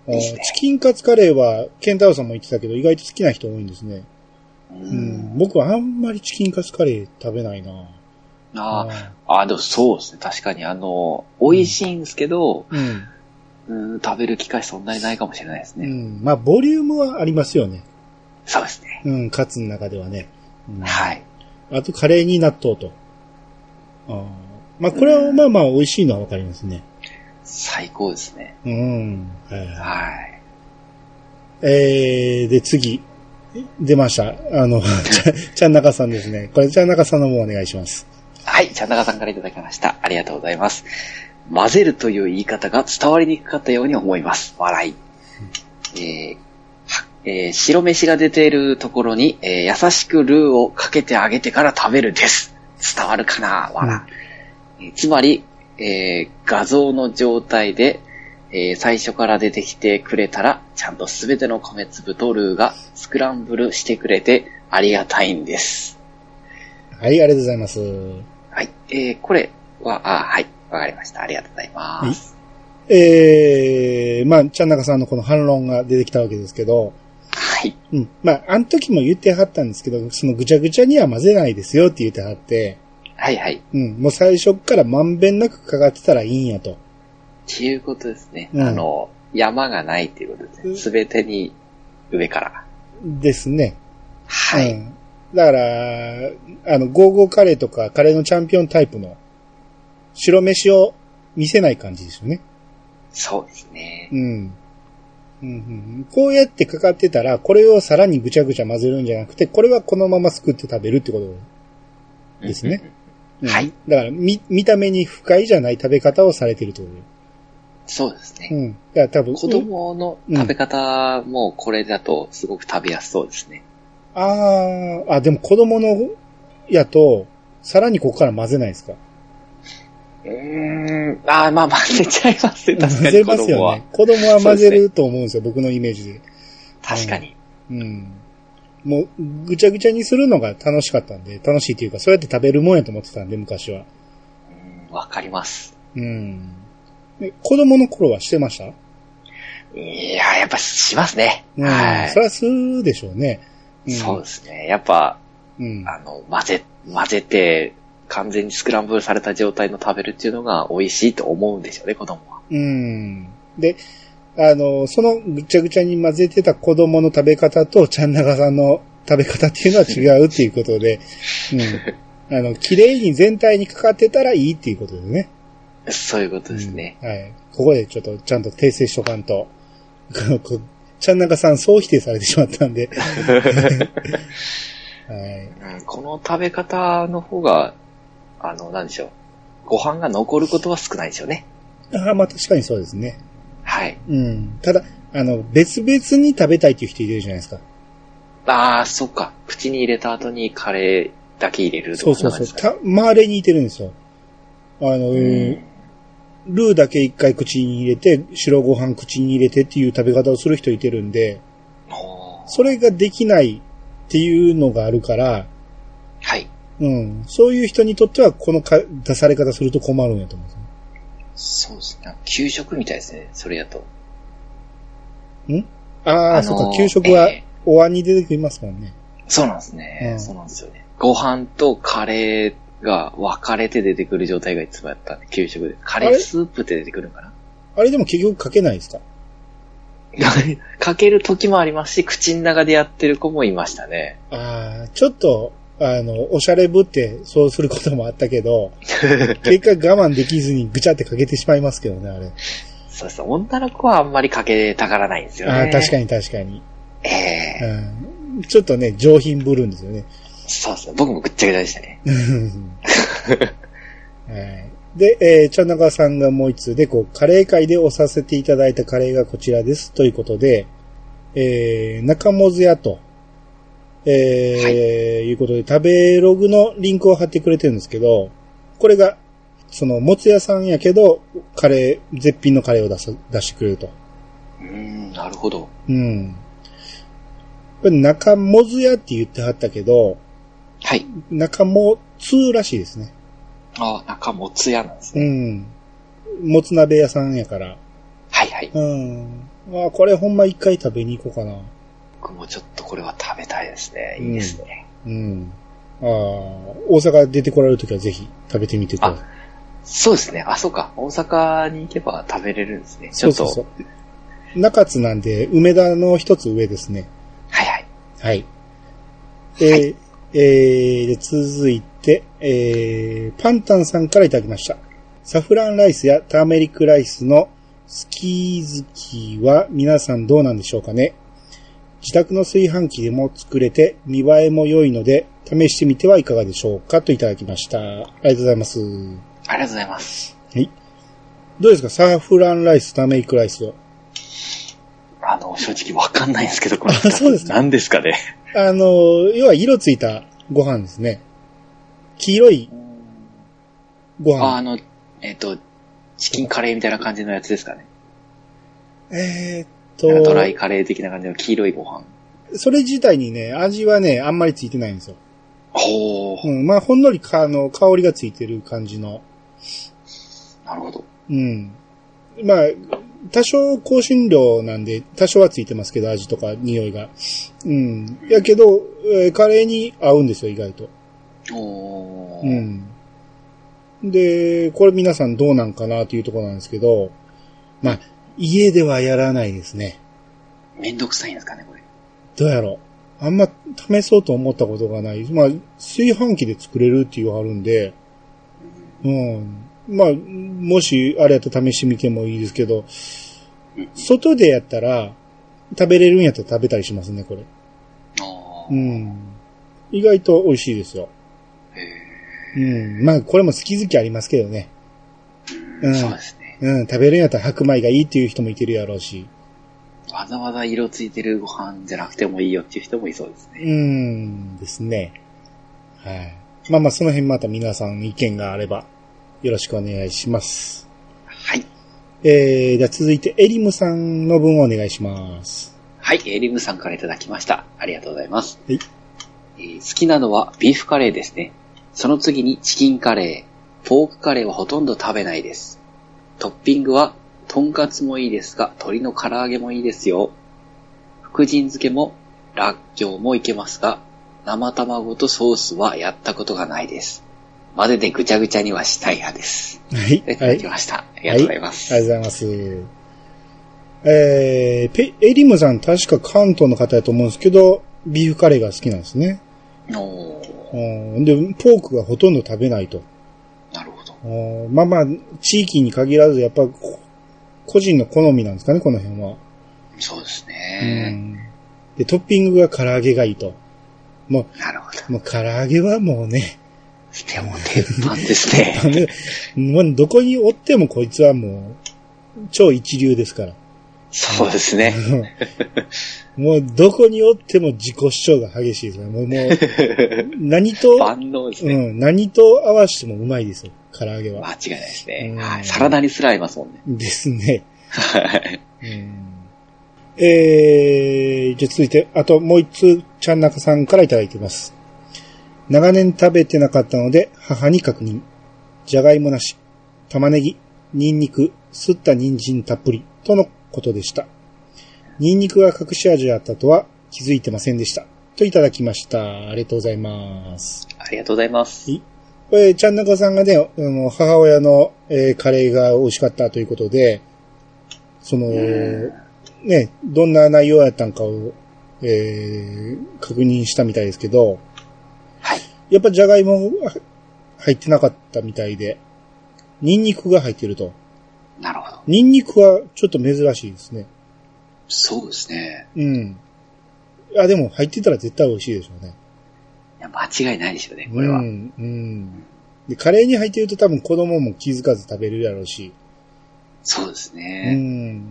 あー
いいっすね
チキンカツカレーは、ケンタロウさんも言ってたけど、意外と好きな人多いんですね。
う
うんん、。僕はあんまりチキンカツカレー食べないな
ああ、でもそうですね。確かに、あの、美味しいんですけど、
うん。
うん、食べる機会そんなにないかもしれないです
う
ね。
ん。まあ、ボリュームはありますよね。
そうですね。
うん、カツの中ではね。うん
はい。
あと、カレーに納豆と。あーまあ、これはまあまあ美味しいのはわかりますね。
最高ですね。
うん。はいは
はい。
いえー、で、次。出ました。あの、 ちゃ、ちゃんなかさんですね。これ、ちゃんなかさんのもお願いします。
はい、ちゃんなかさんからいただきました。ありがとうございます。混ぜるという言い方が伝わりにくかったように思います。笑い。えーはえー白飯が出ているところに、えー優しくルーをかけてあげてから食べるです。伝わるかな笑、えーつまり、えー画像の状態で、えー最初から出てきてくれたら、ちゃんとすべての米粒とルーがスクランブルしてくれてありがたいんです。
はい、ありがとうございます。
はい。えー、これは、あはい。わかりました。ありがとうございます。
えー、まあ、ちゃんなかさんのこの反論が出てきたわけですけど、
はい。
うん。まあ、あの時も言ってはったんですけど、そのぐちゃぐちゃには混ぜないですよって言ってはって、
はいはい。っ
うん。もう最初っからまんべんなくかかってたらいいんやと。
ていうことですね。
うん
あの、山がないっていうことです
う
ね。
ん
すべてに上から。
ですね。
は
う
い。
んだから、あの、ゴーゴーカレーとかカレーのチャンピオンタイプの白飯を見せない感じですよね。
そうですね
う。ん。うんうんうん、こうやってかかってたら、これをさらにぐちゃぐちゃ混ぜるんじゃなくて、これはこのまますくって食べるってことですね
うん
う
うんうん。
ん
はい。
だから、見、見た目に不快じゃない食べ方をされてるってこと
そうですね。
うん。だから多分、
子供の食べ方もこれだとすごく食べやすそうですね。
ああ、あ、でも子供のやと、さらにここから混ぜないですか
うーん。あーまあ、混ぜちゃいますね。 確か
混
に
ぜ
子
ます
供
よ
は
ね。。子供は混ぜると思うんですよ、僕のイメージで。
確かに。
うん。もう、ぐちゃぐちゃにするのが楽しかったんで、楽しいっていうか、そうやって食べるもんやと思ってたんで、昔は。
うんわかります。
うん。で子供の頃はしてました
いや、やっぱしますね。
うん。
は
そ
い。
れはするでしょうね。ん、
そうですね。やっぱ、
うん。
あの、混ぜ、混ぜて、完全にスクランブルされた状態の食べるっていうのが美味しいと思うんですよね、子供は。
うん。で、あの、そのぐちゃぐちゃに混ぜてた子供の食べ方と、ちゃんながさんの食べ方っていうのは違うっていうことで、 うん。あの、綺麗に全体にかかってたらいいっていうことでね。
そういうことですね。
うんはい。ここでちょっとちゃんと訂正しとかんと。 こうちゃんなかさん、そう否定されてしまった んで。はい。
うんこの食べ方の方が、あの、なんでしょう。ご飯が残ることは少ないですよね。
ああ、まあ確かにそうですね。
はい。
うん。ただ、あの、別々に食べたいっていう人いるじゃないですか。
ああ、そっか。口に入れた後にカレーだけ入れる
そ
と
う
か
そう
なん
そ
で
う。
すか
た、まあ、れに似てるんですよ。あの、
うん
ルーだけ一回口に入れて、白ご飯口に入れてっていう食べ方をする人いてるんで、
おー
それができないっていうのがあるから、
はい。
うん。そういう人にとっては、このか出され方すると困るんやと思うんですよ
そうですね。給食みたいですね。それやと。
ああ、
のー
そっか、給食は
え
お椀に出てきますもんね。
えそうなんです
う
ね。
ん
そうなんですよね。ご飯とカレーが分かれて出てくる状態がいつもやったんで、給食で。カレースープって出てくるのかな
あれでも結局かけないですか
かける時もありますし、口の中でやってる子もいましたね。
ああ、ちょっと、あの、おしゃれぶってそうすることもあったけ ど、結果我慢できずにぐちゃってかけてしまいますけどね、あれ。
そうそう。女の子はあんまりかけたがらないんですよね。
ああ、確か
に。
に確かに、
ええ
うん。ちょっとね、上品ぶるんですよね。
そうですね。僕もぐっちゃぐちゃでしたね。
はいで、 えー、茶中さんがもう一通で、こう、カレー会でおさせていただいたカレーがこちらです。ということで、えー、中もずやと、えー
はい
いうことで、食べログのリンクを貼ってくれてるんですけど、これが、その、もつ屋さんやけど、カレー、絶品のカレーを出す、出してくれると。
うーん、なるほど。
うん。これ、中もずやって言ってはったけど、
はい。
中もつらしいですね。
ああ、中もつやなんです
う
ね。
ん。もつ鍋屋さんやから。
はいはい。
うん。まあ、これほんま一回食べに行こうかな。
僕もちょっとこれは食べたいですね。いいですね。
うん。ああ、大阪出てこられるときはぜひ食べてみてください。
そうですね。あ、そうか。大阪に行けば食べれるんですね。ち
そ
ょ
う
っと。
そうそう。中津なんで、梅田の一つ上ですね。
はいは
は
い。
い。えー
はい
えーで続いて、えーパンタンさんからいただきました。サフランライスやターメリックライスのスキー好きは皆さんどうなんでしょうかね自宅の炊飯器でも作れて見栄えも良いので試してみてはいかがでしょうかといただきました。ありがとうございます。は
ありがとうございます。
い。どうですかサフランライス、ターメリックライスは。
あの、正直わかんないんですけど、これ。
あそうですか
何ですかね。
あの、要は色ついたご飯ですね。黄色いご飯。
ああの、えっ、と、チキンカレーみたいな感じのやつですかね。
えーっ
なんかドライ
と、
カレー的な感じの黄色いご飯。
それ自体にね、味はね、あんまりついてないんですよ。
ほー、
うん、まあ、ほんのりか、あの、香りがついてる感じの。
なるほど。
うん。まあ、多少香辛料なんで、多少はついてますけど、味とか匂いが。うん。やけど、えーカレーに合うんですよ、意外と。
おー。
うん。で、これ皆さんどうなんかなというところなんですけど、まあ、家ではやらないですね。
めんどくさいんですかね、これ。
どうやろう。あんま試そうと思ったことがない。まあ、炊飯器で作れるって言わはるんで、うん。まあ、もしあれやったら試してみてもいいですけど、外でやったら、食べれるんやったら食べたりしますね、これ。
あ
う
ー。
ん。意外と美味しいですよ。
へ
うん。まあ、これも好き好きありますけどね。
ー
うん
そうですね。
うん。食べるんやったら白米がいいっていう人もいてるやろうし。
わざわざ色ついてるご飯じゃなくてもいいよっていう人もいそうですね。
うん。ですね。はい。まあまあ、その辺また皆さん意見があれば、よろしくお願いします。
はい。
えー、じゃあ続いて、エリムさんの分をお願いします。
はい、えーリムさんからいただきました。ありがとうございます。
はい
えー好きなのはビーフカレーですね。その次にチキンカレー、ポークカレーはほとんど食べないです。トッピングは、とんかつもいいですが、鶏の唐揚げもいいですよ。福神漬けも、らっきょうもいけますが、生卵とソースはやったことがないです。混ぜてぐちゃぐちゃにはしたい派です。
はい。
でいた
は
だ
い
き。ました。ありがとうございます。
ありがとうございます。えー、ペ、エリムさん確か関東の方だと思うんですけど、ビーフカレーが好きなんですね。
おー
うん、で、ポークがほとんど食べないと。
なるほど。
うんまあまあ、地域に限らず、やっぱ、こ個人の好みなんですかね、この辺は。
そうです
う
ね。
ん。で、トッピングが唐揚げがいいと。も
なるほど。
う、もう唐揚げはもうね、
いや、もう鉄板ですね。
もうどこにおってもこいつはもう、超一流ですから。
そうですね。
もうどこにおっても自己主張が激しいですね。もう、もう何と、
万能です
う
ね。
ん、何と合わせてもうまいですよ。唐揚げ
間
は。
違いないですね
う。ん
はい。サラダにすら合いますもんね。
ですね。
はい。
うんえー、じゃあ続いて、あともう一通、ちゃんなかさんからいただいてます。長年食べてなかったので、母に確認。じゃがいもなし、玉ねぎ、ニンニク、すった人参たっぷり、とのことでした。ニンニクが隠し味だったとは気づいてませんでした。といただきました。ありがとうございます。
ありがとうございます。
これ、ちゃんなかさんがね、あの母親の、えーカレーが美味しかったということで、その、
うん
ね、どんな内容やったんかを、えー、確認したみたいですけど、
はい。
やっぱじゃがいもは入ってなかったみたいで、ニンニクが入ってると。
なるほど。
ニンニクはちょっと珍しいですね。
そうですね。
うん。あ、でも入ってたら絶対美味しいでしょうね。
いや、間違いないですよね、これは
う。ん、うん。で、カレーに入ってると多分子供も気づかず食べるやろうし。
そうです
う
ね。
ん。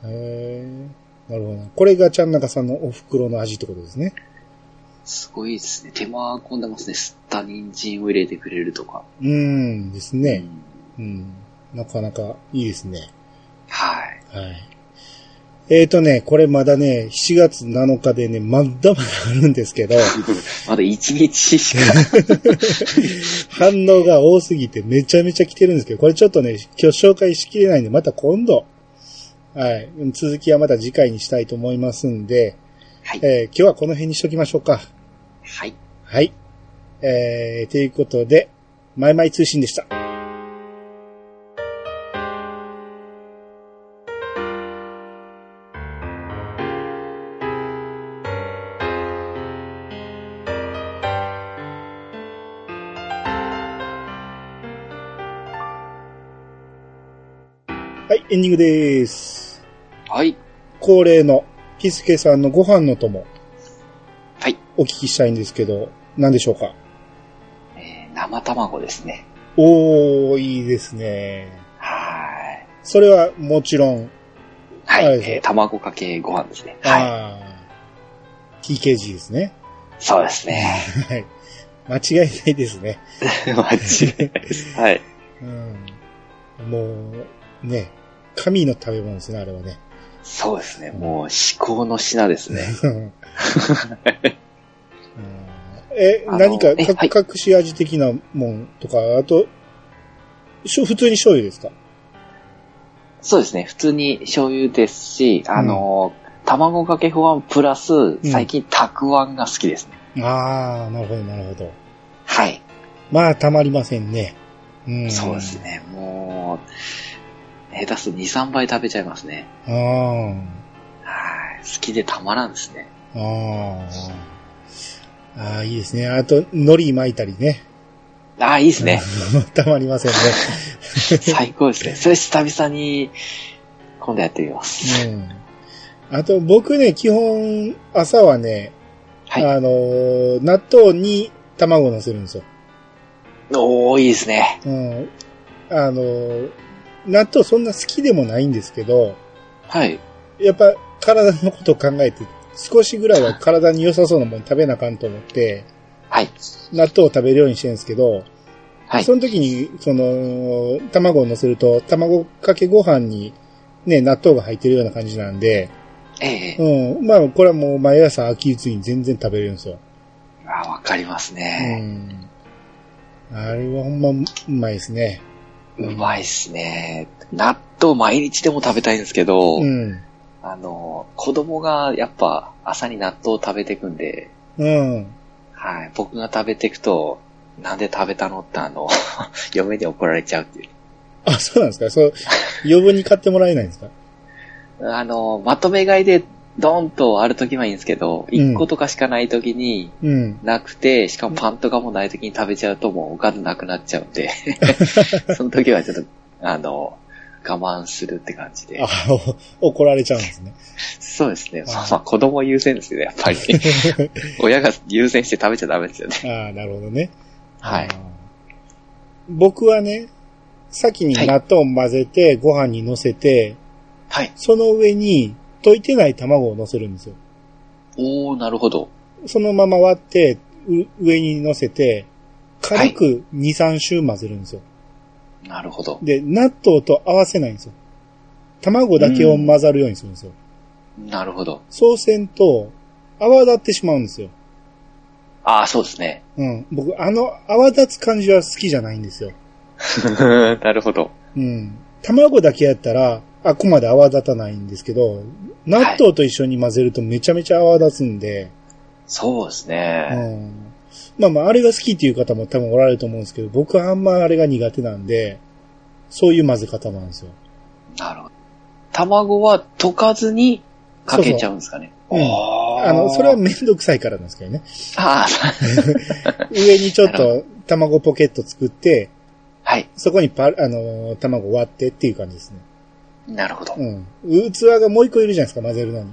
へえ。なるほどな。これがちゃんなかさんのお袋の味ってことですね。
すごいですね。手間が込んでますね。吸った人参を入れてくれるとか。
うん、ですね
う。ん
うん。なかなかいいですね。
はい。
はい。えーとね、これまだね、7月7日でね、まだまだあるんです けど、
まだ一日しか。
反応が多すぎてめちゃめちゃ来てるんですけど、これちょっとね、今日紹介しきれないんで、また今度、はい、続きはまた次回にしたいと思いますんで、
はい。
えー今日はこの辺にしときましょうか。
はい。
はい。えー、ということで、マイマイ通信でした。はい、エンディングです。
はい。
恒例の、ピスケさんのご飯の友、
はい。
お聞きしたいんですけど、何でしょうか
えー生卵ですね。
おー、いいですね。
はい。
それはもちろん、
はい
はい。
えー卵かけご飯ですね。はい。
あー TKG ですね。
そうですね。
はい。間違いないですね。
マジで。 はい。
うん。もう、ね、神の食べ物ですね、あれはね。
そうですね。もう、至高の品ですね。
うんえ、
あの
何か
え
か
はい
隠し味的なもんとか、あと、しょ普通に醤油ですか
そうですね。普通に醤油ですし、あのー、卵かけご飯プラス、最近、たくあんが好きですね。
ああ、なるほど、なるほど。
はい。
まあ、たまりませんね。うん。
そうですね。もう、下手すと2、3倍食べちゃいますね。
あー。
はい。好きでたまらんですね。
ああ。ああ、いいですね。あと、海苔巻いたりね。
ああ、いいですね。
たまりませんね。
最高ですね。それ久々に、今度やってみます。
うん。あと、僕ね、基本、朝はね、
はい。
あのー納豆に卵を乗せるんですよ。
おー、いいですね。
うん。あのー納豆そんな好きでもないんですけど、
はい。
やっぱ体のことを考えて、少しぐらいは体に良さそうなもの食べなあかんと思って、
はい。
納豆を食べるようにしてるんですけど、
はい。
その時に、その、卵を乗せると、卵かけご飯に、ね、納豆が入ってるような感じなんで、
ええ。
うん。まあ、これはもう毎朝秋つに全然食べれるんですよ。
あわかります
う
ね。
ん。あれはほんまうまいですね。うん
うまいっすね。納豆毎日でも食べたいんですけど、
うん。
あの、子供がやっぱ朝に納豆を食べてくんで、
うん。
はい。僕が食べてくと、なんで食べたのってあの、 嫁に怒られちゃうっていう。
あ、そうなんですかそう、余分に買ってもらえないんですか
あの、まとめ買いでドンとある時はいいんですけど、
うん
1個とかしかない時に、
うん。
なくて、しかもパンとかもない時に食べちゃうともうおかずなくなっちゃう んで、その時はちょっと、あの、我慢するって感じで
あ。、 お怒られちゃうんですね。
そうですね。
あ
まあまあ子供優先ですよね、やっぱり。 親が優先して食べちゃダメですよね。
ああ、なるほどね。
はい
あ。ー。僕はね、先に納豆を混ぜて、ご飯に乗せて、
はい。
その上に溶いてない卵を乗せるんですよ。
おー、なるほど。
そのまま割って、う上に乗せて、軽く2、3周混ぜるんですよ。
なるほど。
で、納豆と合わせないんですよ。卵だけを混ざるようにするんですよ。
なるほど。
そうせんと、泡立ってしまうんですよ。
あー、そうで すね。
うん。僕、あの泡立つ感じは好きじゃないんですよ。
なるほど。
うん。卵だけやったら、あくまで泡立たないんですけど、納豆と一緒に混ぜるとめちゃめちゃ泡立つんで、
そうですね。
うん。まあまあ、あれが好きっていう方も多分おられると思うんですけど、僕はあんまあれが苦手なんで、そういう混ぜ方なんですよ。
なるほど。卵は溶かずにかけちゃうんですかね。
そうそううん
あー
あの、それはめんどくさいからなんですけどね。
あー
上にちょっ
な
と卵ポケット作って、
はい。
そこにパ、あのー卵割ってっていう感じですね。
なるほど。
うん。器がもう一個いるじゃないですか、混ぜるのに。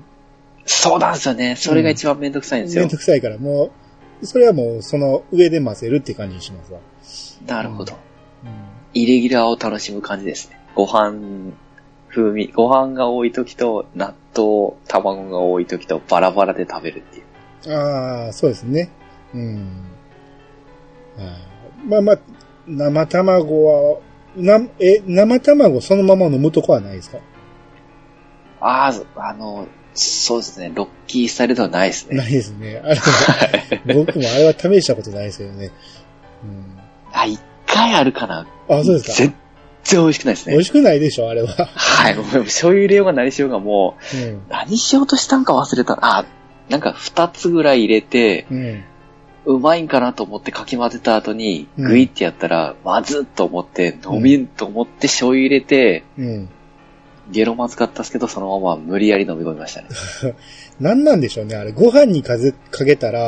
そうなんですよね。それが一番めんどくさいんです
め
よ
んど。くさいから、もう、それはもうその上で混ぜるって感じにしますわ。
なるほど。
うん
イレギュラーを楽しむ感じですね。ご飯、風味、ご飯が多い時と、納豆、卵が多い時と、バラバラで食べるっていう。
ああ、そうですね。うん。あーまあまあ、生卵は、な、え、生卵そのまま飲むとこはないですか
ああ、あの、そうですね。ロッキースタイルではないですね。
ないですね。あれ、僕もあれは試したことないですけどね。うん、
あ、一回あるかな。
あ、そうですか。
全然美味しくないです
美味
ね。
しくないでしょ、あれは。
はい。もう醤油入れようが何しようがもう、
うん。
何しようとしたんか忘れた。あ、なんか二つぐらい入れて、
うん。
うまいんかなと思ってかき混ぜた後に、
うん
グイってやったら、まずっと思って、飲みんと思って醤油入れて、
うん。
ゲロまずかったですけど、そのまま無理やり飲み込みましたね。
なんなんでしょうね、あれ。ご飯にかぜかけたら、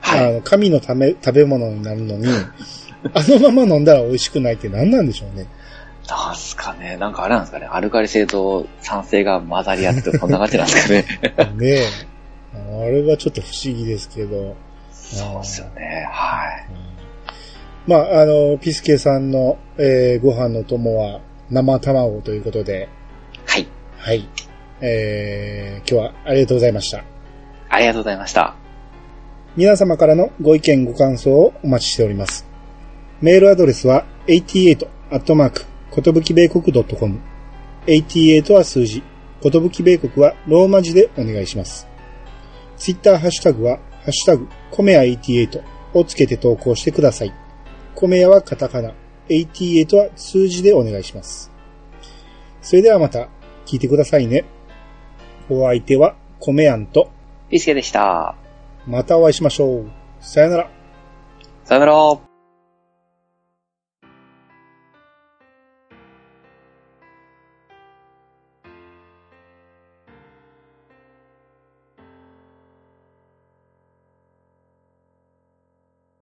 は
あ
い。
の、神のため、食べ物になるの に、あのまま飲んだら美味しくないって何なんでしょうね。
なんすかね。なんかあれなんですかね。アルカリ性と酸性が混ざり合って、そんな感じなんですか ね。
ねえ。あれはちょっと不思議ですけど。
そうですよね。はい。
まあ、あの、ピスケさんの、えーご飯の友は生卵ということで、
はい。
はい。えー今日はありがとうございました。
ありがとうございました。
皆様からのご意見ご感想をお待ちしております。メールアドレスは 88. ことぶき米国 .com。88は数字。ことぶき米国はローマ字でお願いします。ツイッターハッシュタグは、ハッシュタグ、コメヤ88をつけて投稿してください。コメヤはカタカナ、88は数字でお願いします。それではまた、聞いてくださいね。お相手は、コメヤンと、
ピスケでした。
またお会いしましょう。さよなら。
さよなら。